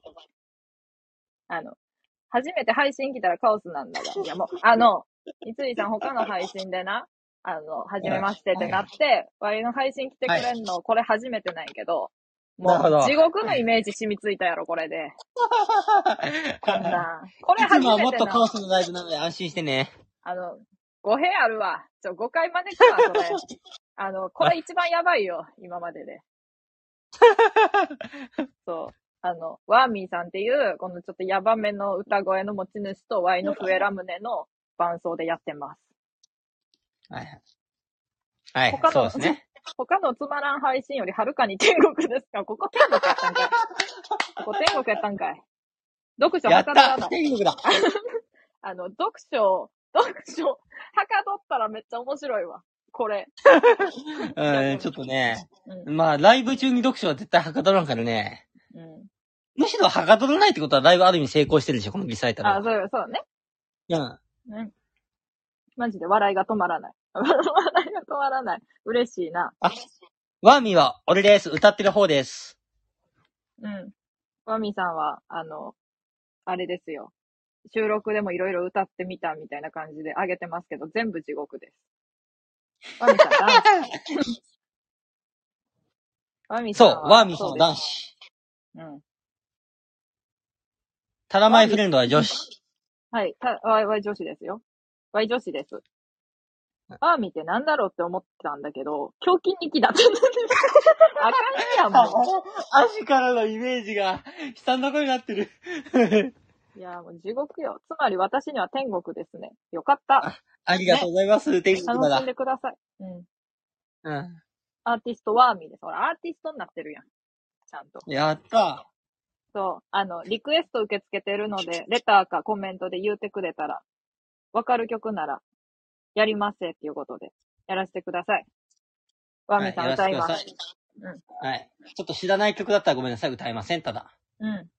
あの、初めて配信来たらカオスなんだが。いや、もう、あの、三井さん他の配信でな、あの、初めましてってなって、ワイの配信来てくれんの、これ初めてなんやけど、も
なるほど
う、地獄のイメージ染みついたやろ、これで。こんなん。これ
いつ
初
もは
め
もってとカオ
な、
スのライブなので安心してね。
あの、語弊あるわ。ちょ、誤解招くわ、それ。 あの、これ一番やばいよ、今までで。そう。あの、ワーミーさんっていう、このちょっとヤバめの歌声の持ち主と、ワイの笛ラムネの伴奏でやってます。
はい。はい
他、の
そうですね。
他のつまらん配信よりはるかに天国ですかここ天国やったんかい。ここ天国やったんかい。読書
や
は
っ
かどら
た
ない。
天国だ
あの、読書、読書、はかどったらめっちゃ面白いわ。これ。
うん、ちょっとね。
う
まあ、ライブ中に読書は絶対はかどらんからね。
ん。う
むしろはかどらないってことはだいぶある意味成功してるでしょ、このリサイタ
ん。あ、
ル。
そうよ、そうね。
うん。
うん。マジで笑いが止まらない。 笑いが止まらない。嬉しいな。
ワーミーは俺です。歌ってる方です。
うん。ワミさんは、あの、あれですよ。収録でもいろいろ歌ってみたみたいな感じで上げてますけど、全部地獄です。ワミさん、ダン ス。ワミさ
そ
ん
う、
は
ワーミーさんは
ダン
男子。
うん。
タラマイフレンドは女子。
はい。た、ワイワイ女子ですよ。ワイ女子です。ワーミってなんだろうって思ってたんだけど、胸筋にきだった。 あかんやん、も
足からのイメージが、悲惨な声になってる。
う。いや、もう地獄よ。つまり私には天国ですね。よかった。
ありがとうございます、天国
楽
な
しんでください。うん。
ら。
アーティストワーミーです。ほら、アーティストになってるやん。ちゃんと。
うん。やった。
そう。あの、リクエスト受け付けてるの で、レターかコメントで言うてくれたら、わかる曲なら、やりますっていうことで、やらせてください。ワーミーさん歌います。
はいやらせてくださいはい。ちょっと知らない曲だったらごめんなさい、歌えません、ただ。
うん。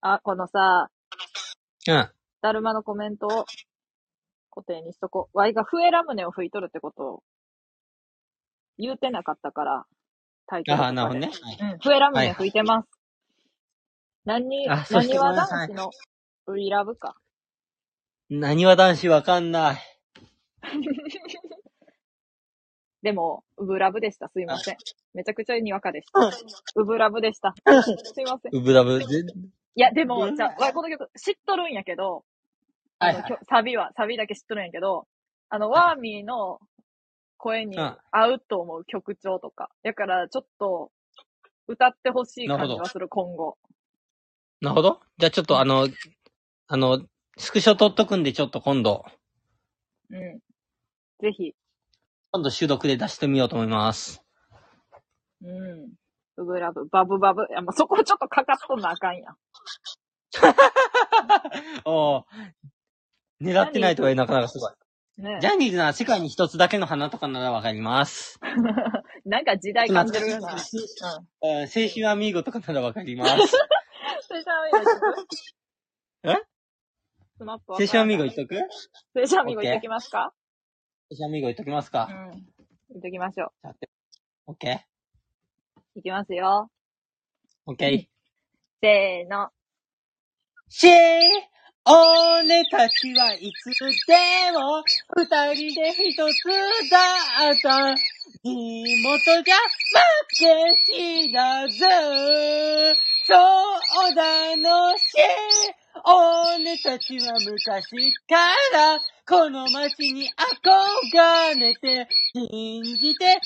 あ、このさ、
うん。
だるまのコメントを固定にしとこう。ワイが笛ラムネを吹いとるってことを言うてなかったから、タイトルと
あ
か
あ、
で。
なるほどね。はい
うん、笛ラムネ吹いてます。何
あ、そ
何
して
は
ごめんなさ
男
い
子のウイラブか。
何は男子わかんない。
でも、ウブラブでした。すいません。めちゃくちゃにわかでした
うん。
ウブラブでした。すいません。
うぶらぶ。全
いや、で
う
も、
ん
じゃあ、わこの曲知っとるんやけど、
は
あ
い
の
はい
きょサビは、サビだけ知っとるんやけど、あの、ワーミーの声に
うん
合うと思う曲調とか。だから、ちょっと、歌ってほしい感じはする、今後。
なるほど。じゃあちょっとあの、あの、スクショ取っとくんで、ちょっと今度、
うん。ぜひ、
今度収録で出してみようと思います。
うん。ウブラブ、バブバブ。いや、もうそこちょっとかかっとんなあかんやん。
おー狙ってないとかなかなかすごい。
ね
ジャニーズなら世界に一つだけの花とかならわかります。
なんか時代感じるような。うん。
懐かしいうん青春アミーゴとかならわかり ます。 え
スマップ
青春アミーゴ
い
言っとく青
青春アミーゴ言ってきますか
春アミーゴ言っときます
う
か。
ん。言ってきましょう。
オッケー
いきますよ。
オッケー
せーの。
し、俺たちはいつでも二人で一つだった。地元じゃ負け知らず。そうだのし、俺たちは昔から、この街に憧れて、信じて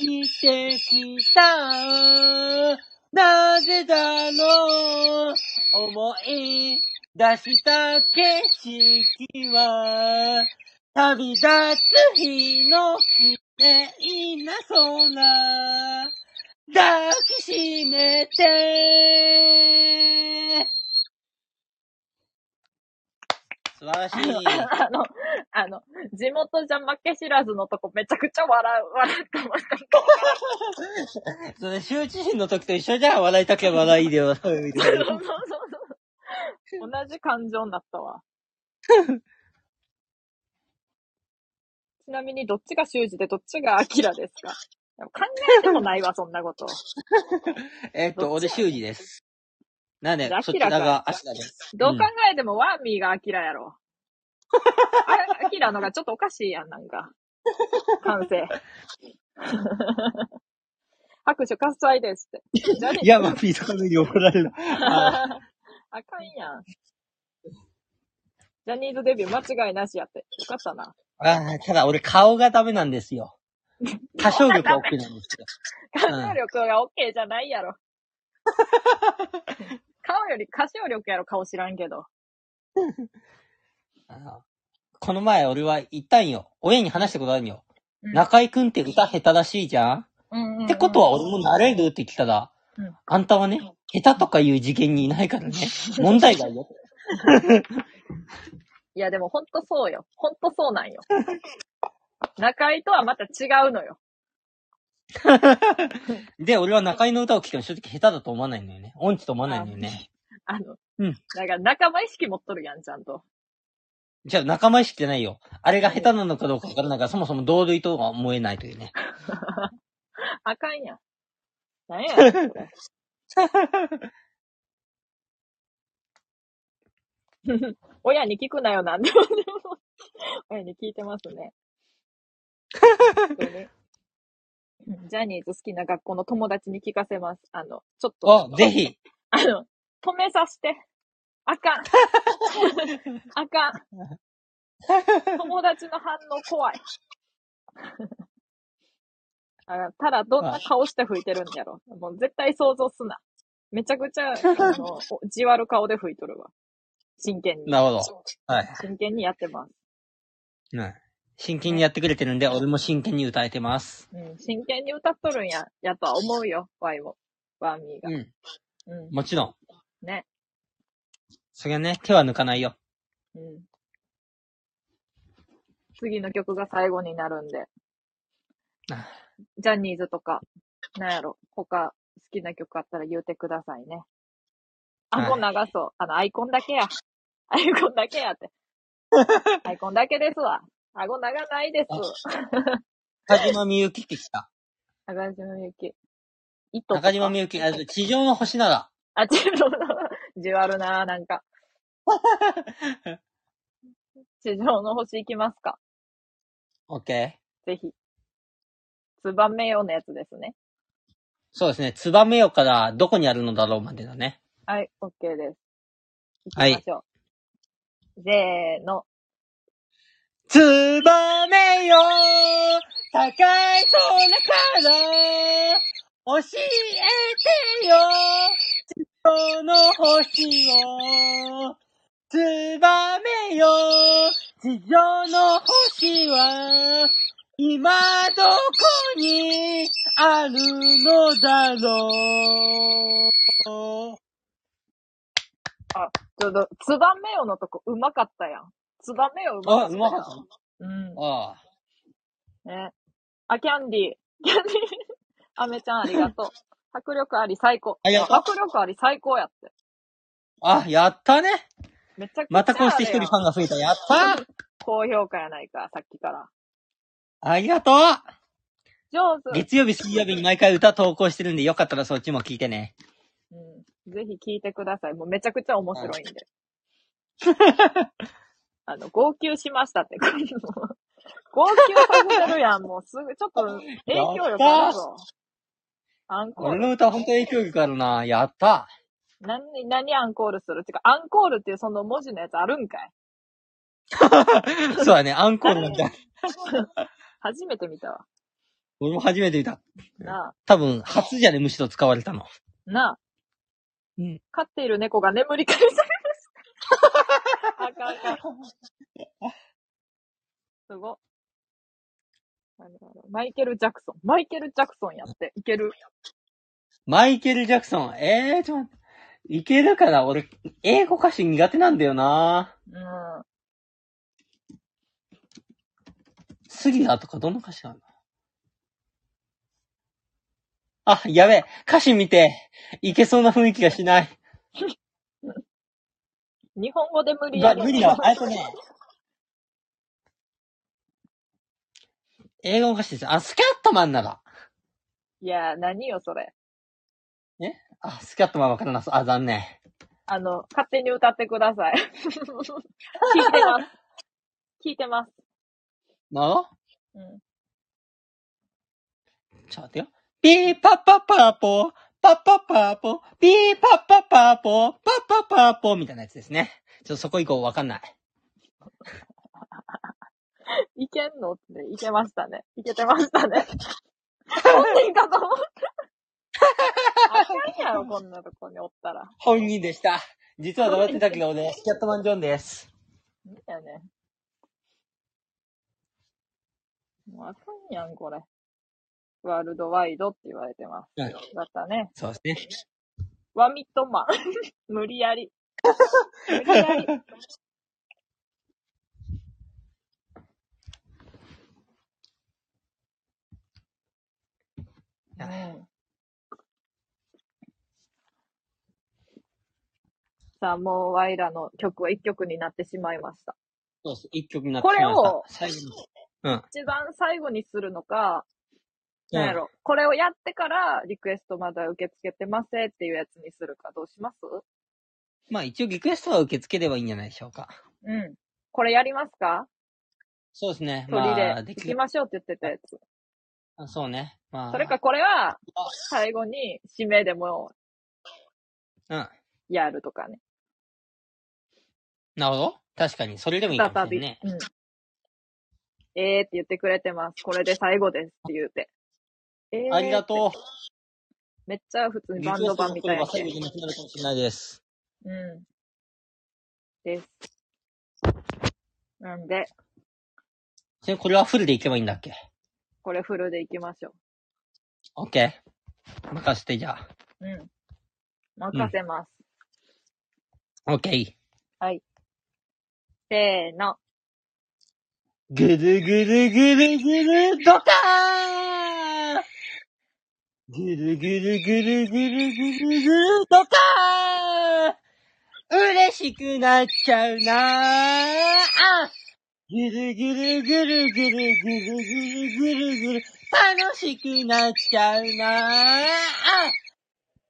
生きてきた。なぜだろう思い出した景色は、旅立つ日の綺麗な空。抱きしめて素晴らしい。
あの、あの、地元じゃ負け知らずのとこめちゃくちゃ笑う、笑ってました。
それ、羞恥心の時と一緒じゃん。笑いたければ笑いで 笑うみた
そ
いう
そう
な。
そうそう。同じ感情になったわ。ちなみにどっちが修二でどっちがアキラですかでも考えてもないわ、そんなこと。
えっと、俺、修二です。なんで
じゃあ、
そちらがアキラ です。
どう考えてもワーミーがアキラやろ。あアキラのがちょっとおかしいやん、なんか。感性。拍手喝采ですって。じゃね
いや、マピーとかのに怒られる。あ
あかんやん。ジャニーズデビュー間違いなしやって。よかったな。
あ、ただ俺、顔がダメなんですよ。 歌唱力は OK なんですよ。
歌唱力が OK じゃない やろ。顔より歌唱力やろ、顔知らんけど。
あのこの前、俺は言ったんよ。親に話したことあるんよ。
うん
中井くんって歌下手らしいじゃん
うん
ってことは俺もなれるって聞いたら、
うん
あんたはね、下手とかいう次元にいない からね、問題外よ。
いや、でもほんとそうよ。ほんとそうなんよ。中井とはまた違うのよ。
で、俺は中井の歌を聴いても正直下手だと思わないんだよね。音痴と思わないんだよね。
あの、
うん
だから仲間意識持っとるやん、ちゃんと。
じゃあ仲間意識じゃないよ。あれが下手なのかどうかわからないから、そもそも同類とは思えない というね。
あかんやん。なんやろ。親に聞くなよなんでも。親に聞いてます ね。本当にジャニーズ好きな学校の友達に聞かせます。あの、ちょっと
お、。ぜひ、
あの、止めさせて。あ かん。あかん。 友達の反応怖い。 あただ、どんな顔して吹いてるんやろ。もう絶対想像すな。めちゃくちゃ、あ の、おじわる顔で吹いとるわ。真剣に。
なるほど。はい。
真剣にやってます。
うん真剣にやってくれてるんで、俺も真剣に歌えてます。
うん、真剣に歌っとるんや、やとは思うよ。ワイも。ワーミーが
う。ん。
うん。
もちろん。
ね。
それはね、手は抜かないよ。
うん。次の曲が最後になるんで。
あ
ジャニーズとか、なんやろ、他好きな曲あったら言うてくださいね。あ、
はい
もう長そう。あの、アイコンだけや。アイコンだけや って。アイコンだけですわ。顎長ないです。
中島みゆきってきた。
中島みゆき。糸とか
中島みゆき、あ地上の星なら。
あ、ちょっと、じわるな、なん か。地上の星行きますか。
オッケー。
ぜひ。ツバメ用のやつですね。
そうですね。ツバメよからどこにあるのだろうまでだね。
はい、OK です。
はい
行きましょう。せーの。
ツバメよ高い空から教えてよその星をツバメよ地上の星は今どこにあるのだろう
ちょっと、ツバメよのとこうまかったやん。ツバメようまか
あ、
っ
う
た
まかっ
や
た。
ん。
ああ。
うん。ね。あ、キャンディー。キャンディー。アメちゃんありがとう。迫力あり最高。
ありがとう
迫力あり最高やって。
あ、やったね。
めちゃくちゃ。
またこうして一人ファンが増えた。やったー
高評価やないか、さっきから。
ありがとう
上手、
月曜日、水曜日に毎回歌投稿してるんで、よかったらそっちも聞いてね。
うん、ぜひ聞いてください。もうめちゃくちゃ面白いんで。あの、号泣しましたって。これもう号泣させてるやん。もうすぐ、ちょっと影響力あるぞ。アンコー
俺
ル。
の歌ほんと影響力あるなやった
何、何アンコールするてか、アンコールっていうその文字のやつあるんかい
そうだね、アンコールなんだ。
初めて見たわ。
俺も初めて見た。
な
多分、初じゃね、むしろ使われたの。
あ、なあ。
うん。
飼っている猫が眠り返される。あかんあかん。すごっ。あのマイケル・ジャクソン。マイケル・ジャクソンやって。いける。
マイケル・ジャクソン。えー、ちょっと待って。いけるかな俺、英語歌詞苦手なんだよな
うん。
スリラーとかどんな歌詞なのあ、やべえ。歌詞見て、いけそうな雰囲気がしない。
日本語で無理
う
や
わ
り。
無理だわ。あとね。英語歌詞です。あ、スキャットマンなら。
いや、何よ、それ。
あ、スキャットマンわからなそう。あ、残念。
あの、勝手に歌ってください。 聞いてます。聞いてます。
な
うん。
ちょっと待ってよ。ピーパッパッパーポー、パッパッパーポー、ピーパッパッパーポー、パッパッパーポーみたいなやつですね。ちょっとそこ以降わかんない。
いけんのって、いけましたね。いけてましたね。本人かと思った。あかんやろ、こんなとこにおったら。
本人でした。実は黙ってたけどね、スキャットマンジョンです。
いいよね。もうあかんやん、これ。ワールドワイドって言われてます。
うん
だったね。
そうですね。
ワミットマン。 無理やり。無理やり。うんさあ、もうワイらの曲は一曲になってしまいました。
そうです。一曲になってしまいました。
これを
最後に。
一番最後にするのか、
うん
なんやろ、これをやってからリクエストまだ受け付けてますっていうやつにするかどうします
まあ一応リクエストは受け付ければいいんじゃないでしょうか。
うん。これやりますか
そうですね。
鳥
まあ、
で。
で
行
き
き
れば。
ましょうって言ってたやつ。
そうね。まあ。
それか、これは、最後に指名でも
うん。
やるとかね。
なるほど。確かに。それでもいいかも
再
しれ
び。
んね。
うん。えーって言ってくれてます。これで最後ですって言うて。えー。
ありがとう。
めっちゃ普通にバンド版みたい
リク
な
エストの声は。最後でなくなるかもしれないです。
うん。です。なんで、
それこれはフルでいけばいいんだっけ
これフルでいきましょ
?OK。任せて、じゃ
う。うん。任せます。
あ。OK。
せーの。
ぐるぐるぐるぐる、ドカーンぐるぐるぐるぐるぐるぐる、ドカーン嬉しくなっちゃうなーあぐるぐるぐるぐるぐるぐるぐるぐる、楽しくなっちゃうなーあ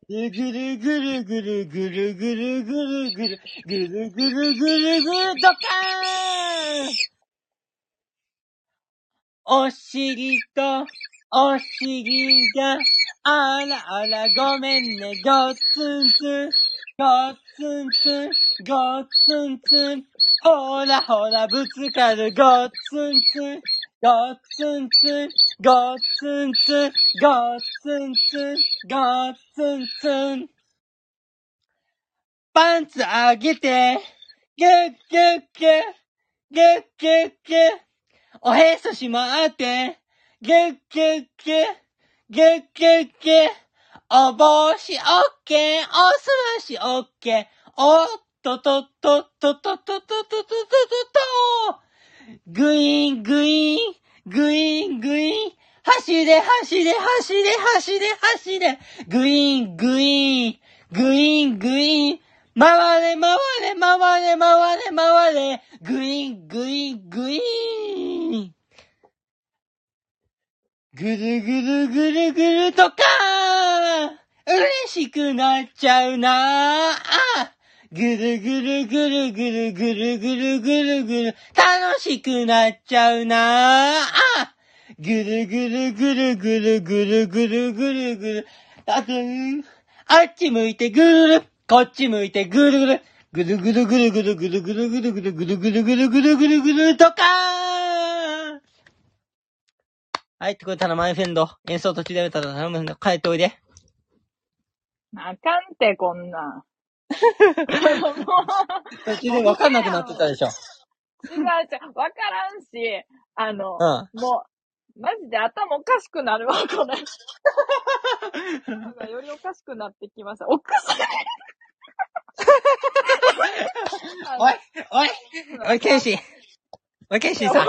ぐるぐるぐるぐるぐるぐるぐる、ぐるぐるぐるぐる、ドカーンお尻と、お尻が、あらあらごめんね、ごっつんつん、ごっつんつん、ごっつんつん、ほらほらぶつかる、ごっつんつん、ごっつんつん、ごっつんつん、ごっつんつん、ごっつんつん。パンツあげて、ぐっぐっぐっ、ぐっぐっぐっ。おへそしまって、ぎゅっぎゅっぎゅっ、ぎゅっぎゅっぎゅっ、お帽子オッケー、おすましオッケー、おっとっとっとっとっとっとっとっとっとっとっとグイーングイーン、グイーングイーン、走れ走れ走れ走れ走れ、グイーングイーン、グイーングイーン、回れ回れ回れ回れ回れ、グイーングイーングイーン。ぐるぐるぐるぐるとかー嬉しくなっちゃうなーあぐるぐるぐるぐるぐるぐるぐるぐる楽しくなっちゃうなーあぐるぐるぐるぐるぐるぐるぐるぐるあとあっち向いてぐるぐるこっち向いてぐるぐる。ぐるぐるぐるぐるぐるぐるぐるぐるぐるぐるぐるぐるぐるぐるとかーはい、ってことで頼むマイフェンド。演奏途中でやめたら頼むフェンド。帰っておいで。
あかんって、こんなん。も
途中でわかんなくなってたでしょ。
う、違う違う、わからんし、あの、
うん。
もう、マジで頭おかしくなるわ、これ。なんかよりおかしくなってきました。お薬
おい、おい、おい、ケンシー。おい、ケンシーさん。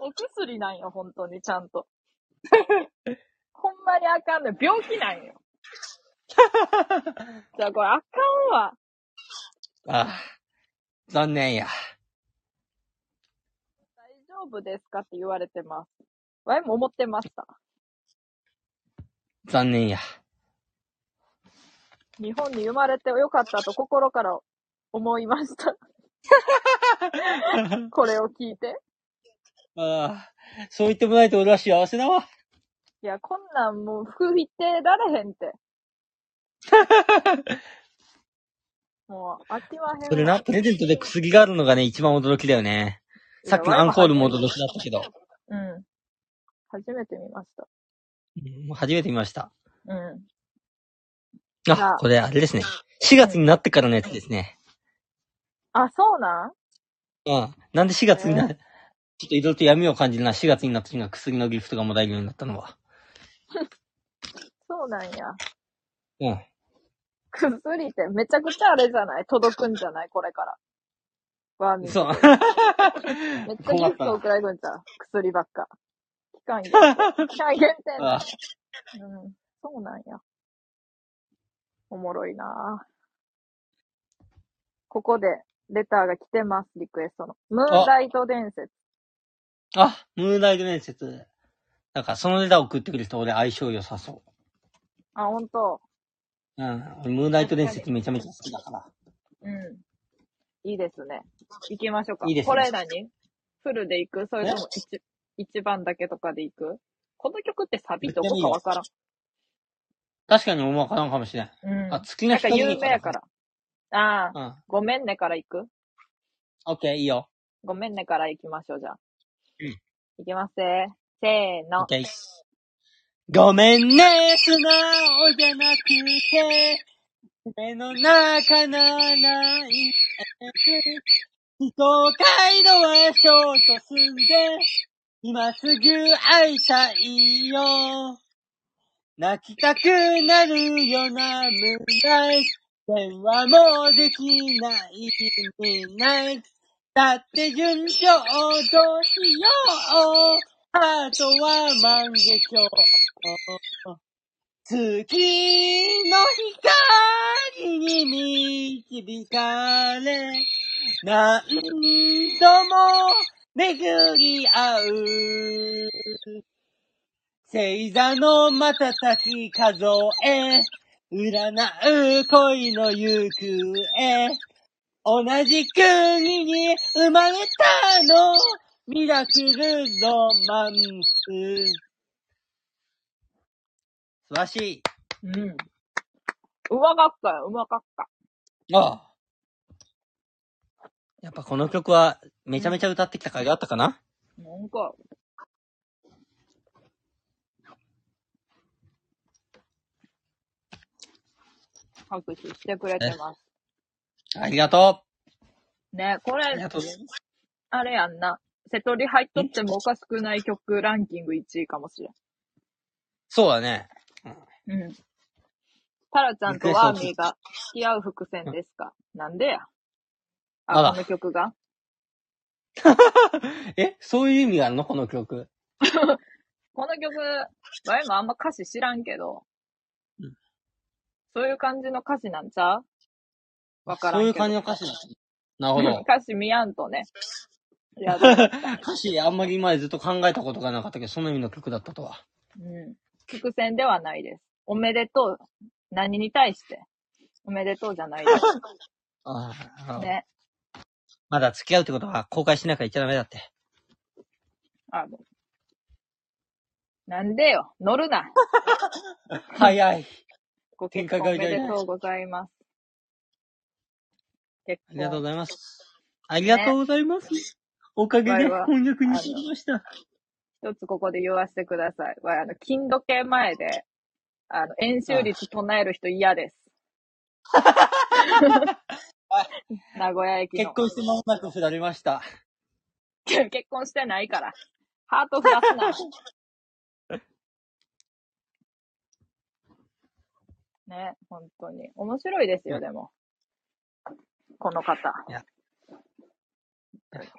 お薬なんよ、本当に、ちゃんと。ほんまにあかんね病気なんよ。じゃあこれあかんわ。
ああ、残念や。
大丈夫ですかって言われてます。わいも思ってました。
残念や。
日本に生まれてよかったと心から思いま した。これを聞いて。
ああ、そう言ってもらえて俺は幸せだわ。
いや、こんなんもう吹いてられへんっ て。もう、飽きまへんわ。
それな、プレゼントでくすぎがあるのがね、一番驚きだよね。さっきのアンコールも驚きだったけど。
うん。初めて見ました。
うん初めて見ました。
うん。
あ、これあれですね。4月になってからのやつですね。
あ、そうなん
うん。なんで4月にな、ちょっといろいろと闇を感じるな、4月になった時がくすぎのギフトがもらえるようになったのは。
そうなんや。
うん。
薬ってめちゃくちゃあれじゃない届くんじゃないこれから。わあ、みんな
そう。
めっ ちゃギ
困っ
フ
た
ト
な。
送られるんじゃん。薬ばっか。期 間限定。期間限定
あ
な。うん。そうなんや。おもろいなぁここで、レターが来てます、リクエストの。ムーンライト伝説。
あ、ムーンライト伝説。なんか、そのネタ送ってくる人俺相性良さそう。
あ、ほんと。
うん。俺ムーンライト伝説めちゃめちゃ好きだから。
うん。いいですね。行きましょうか。
いいですね
これ何フルで行くそれとも一一番だけとかで行くこの曲ってサビどこかわからん。
確かに思わからんかもしれん。
うん。
あ、
な
月の
んか
光に
有名やから。。ああ、
うん。
ごめんねから行く
オッケー、いいよ。
ごめんねから行きましょう、じゃあ。
うん。
行きますせー
オッ
の。
ケー。ごめんね、素直じゃなくて、目の中ならい人を回路はショートすんで、今すぐ会いたいよ。泣きたくなるよな、ムーンライト。電話もできない、ムーンライト。だって順調どうしよう。ハートは万華鏡。月の光に導かれ、何度も巡り合う。星座の瞬き数え、占う恋の行方。同じ国に生まれたの、ミラクルロマンス。素晴らし
うん。うまかったよ、うまかった。
い。ああ。やっぱこの曲はめちゃめちゃ歌ってきた甲斐があったかな、
なんか、拍手してくれてます。
ありがと
ね、これ
う。ありがとうございます。
あれやんな。瀬戸り入っとってもおかしくない曲ランキング1位かもし
そうだね。
れん。うん。タラちゃんとワーミーが付き合う伏線ですかなんでや
あ
あ、
ら
この曲が
え、そういう意味があるのこの曲。
この曲、前もあんま歌詞知らんけど、
うん
そういう感じの歌詞なんちゃうわからん
そうい
けど。
う感じの歌詞だ。なるほど。
歌詞見やんとね。いや、
歌詞あんまり前ずっと考えたことがなかったけど、その意味の曲だったとは。
うん。伏線ではないです。おめでとう。何に対して。おめでとうじゃないです。
ああ、
ね。
まだ付き合うってことは公開しなきゃいっちゃダメだって。
あの。なんでよ。乗るな。
早い。
ご結婚お
展開が
め
早い
でとうございます。結構。
ありがとうございます。ありがとうございます。おかげで翻訳に知りました。
一つここで言わせてください。は、あの、金時計前で、あの、円周率唱える人嫌 です。名古屋駅の。
結婚して間もなく振られました。
結婚してないから。ハート増やす な。ね、本当に。面白いですよ、でも。この方。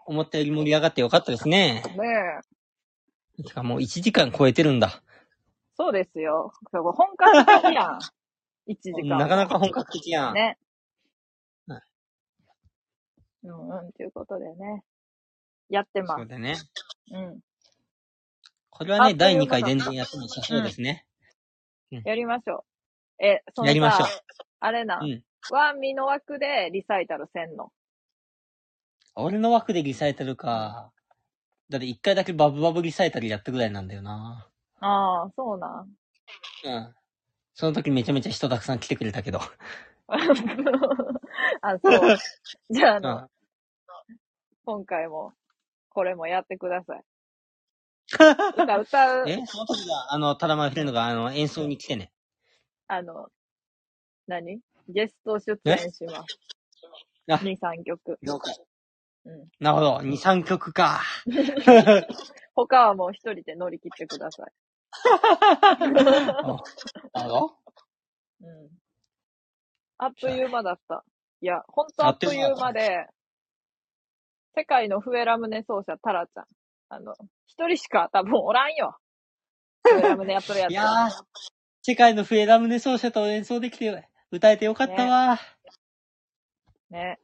思ったより盛り上がってよかったですね。
ねえ。
てかもう1時間超えてるんだ。
そうですよ。そう本格的や ん。1時間。
なかなか本格的やん。
ね。
は
うんうん、ということでね。やってま
そう
す。
だね。
うん。
これは
あ
ね、第2
と
回
い
全然やっても良さそうですね。
やりましょう。え、そのさ
やりましょう
あれな。
うんん。
ワンミの枠でリサイタルせんの。
俺の枠でリサイタルか。だって1回だけバブバブリサイタルやったぐらいなんだよな。
ああ、そうなん。
うん。その時めちゃめちゃ人たくさん来てくれたけど。
あ、 そう。じゃあ、あ
う
の、
ん。
今回も、これもやってください。歌、歌う、
えその時は、あの、ただまひれのが、あの、演奏に来てね。
あの、何ゲスト出演します。
あ
2、3曲。
了解。
うん。
なるほど。2、3 曲か。
他はもう一人で乗り切ってください。
なるほど。
うん。あっという間だった。いや、ほんとあっという間で、世界のフエラムネ奏者、タラちゃん。あの、一人しか多分おらんよ。フエラムネやっとるやつ。
いやー、世界のフエラムネ奏者と演奏できて、歌えてよかったわ。
ね。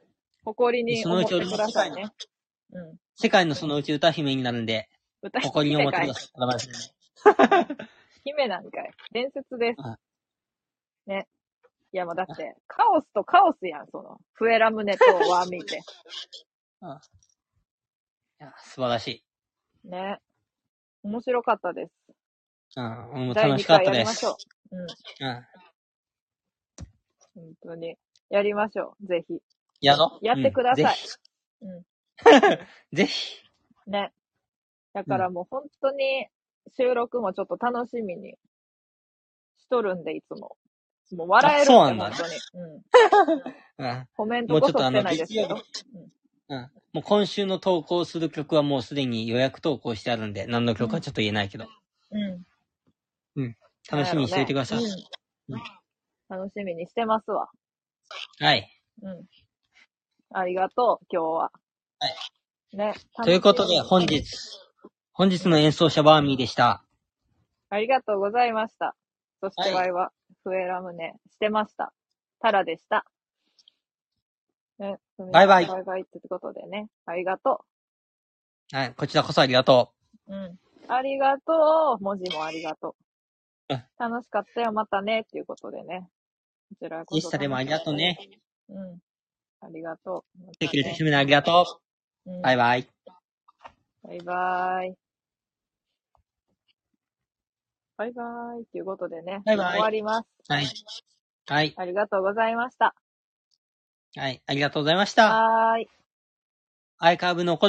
誇りに思ってくださいね。うん。
世界のそのうち歌姫になるんで、
歌
誇りに思ってくだ
さい。
さい。ただまひれの
姫なんかい。伝説です
うん。
ね。いや、もうだって、カオスとカオスやん、その。フエラムネとワーミー って。
いや素晴らしい。
ね。面白かったです。
うん、俺も
第
楽
2
しかっ
回
た
や
で
りまし
す。
ょう。うん。
うん。
本当に。やりましょう。ぜひ。
やろう
やってください
うん
う
ぜひ ぜひ。
ね。だからもう本当に収録もちょっと楽しみにしとるんで、いつも。もう笑えるんで、
あそうなんだ
本当に。うん。
うん。
コメン
も
ト
うち
こ
ょっ
そ
とあ
して
の、
ないです
月
け
曜日
ど。。
うん。もう今週の投稿する曲はもうすでに予約投稿してあるんで、何の曲かちょっと言えないけど、
うん。
楽しみにしておいてください。
なんやろねうん
うん
楽しみにしてますわ。
はい。
うん。ありがとう、今日は。
は
ね。
ということで、
楽し
本
みに。
日、本日の演奏者バーミーでした。
ありがとうございました。そして、
は
ワイは、フエラムネしてました。タラでした。ね、
バイバイ
バイバイってことでね。ありがと
はい。こちらこそありがと
う。うん。ありがとう。文字もありがとう
うん。
楽しかったよ。またね。っていうことでね。こちら
う。インスタでもありがとう。ね。
うん。ありがとう。ま
来て
た
くれた
ね
姫ありがと
うん
う。バイバイ。
バイバイ。バイバイ。ということでね。
バイバイ
終わります。
はい。はい。
ありがとうございました。
はい。ありがとうございました。
はーい。
アイカーブの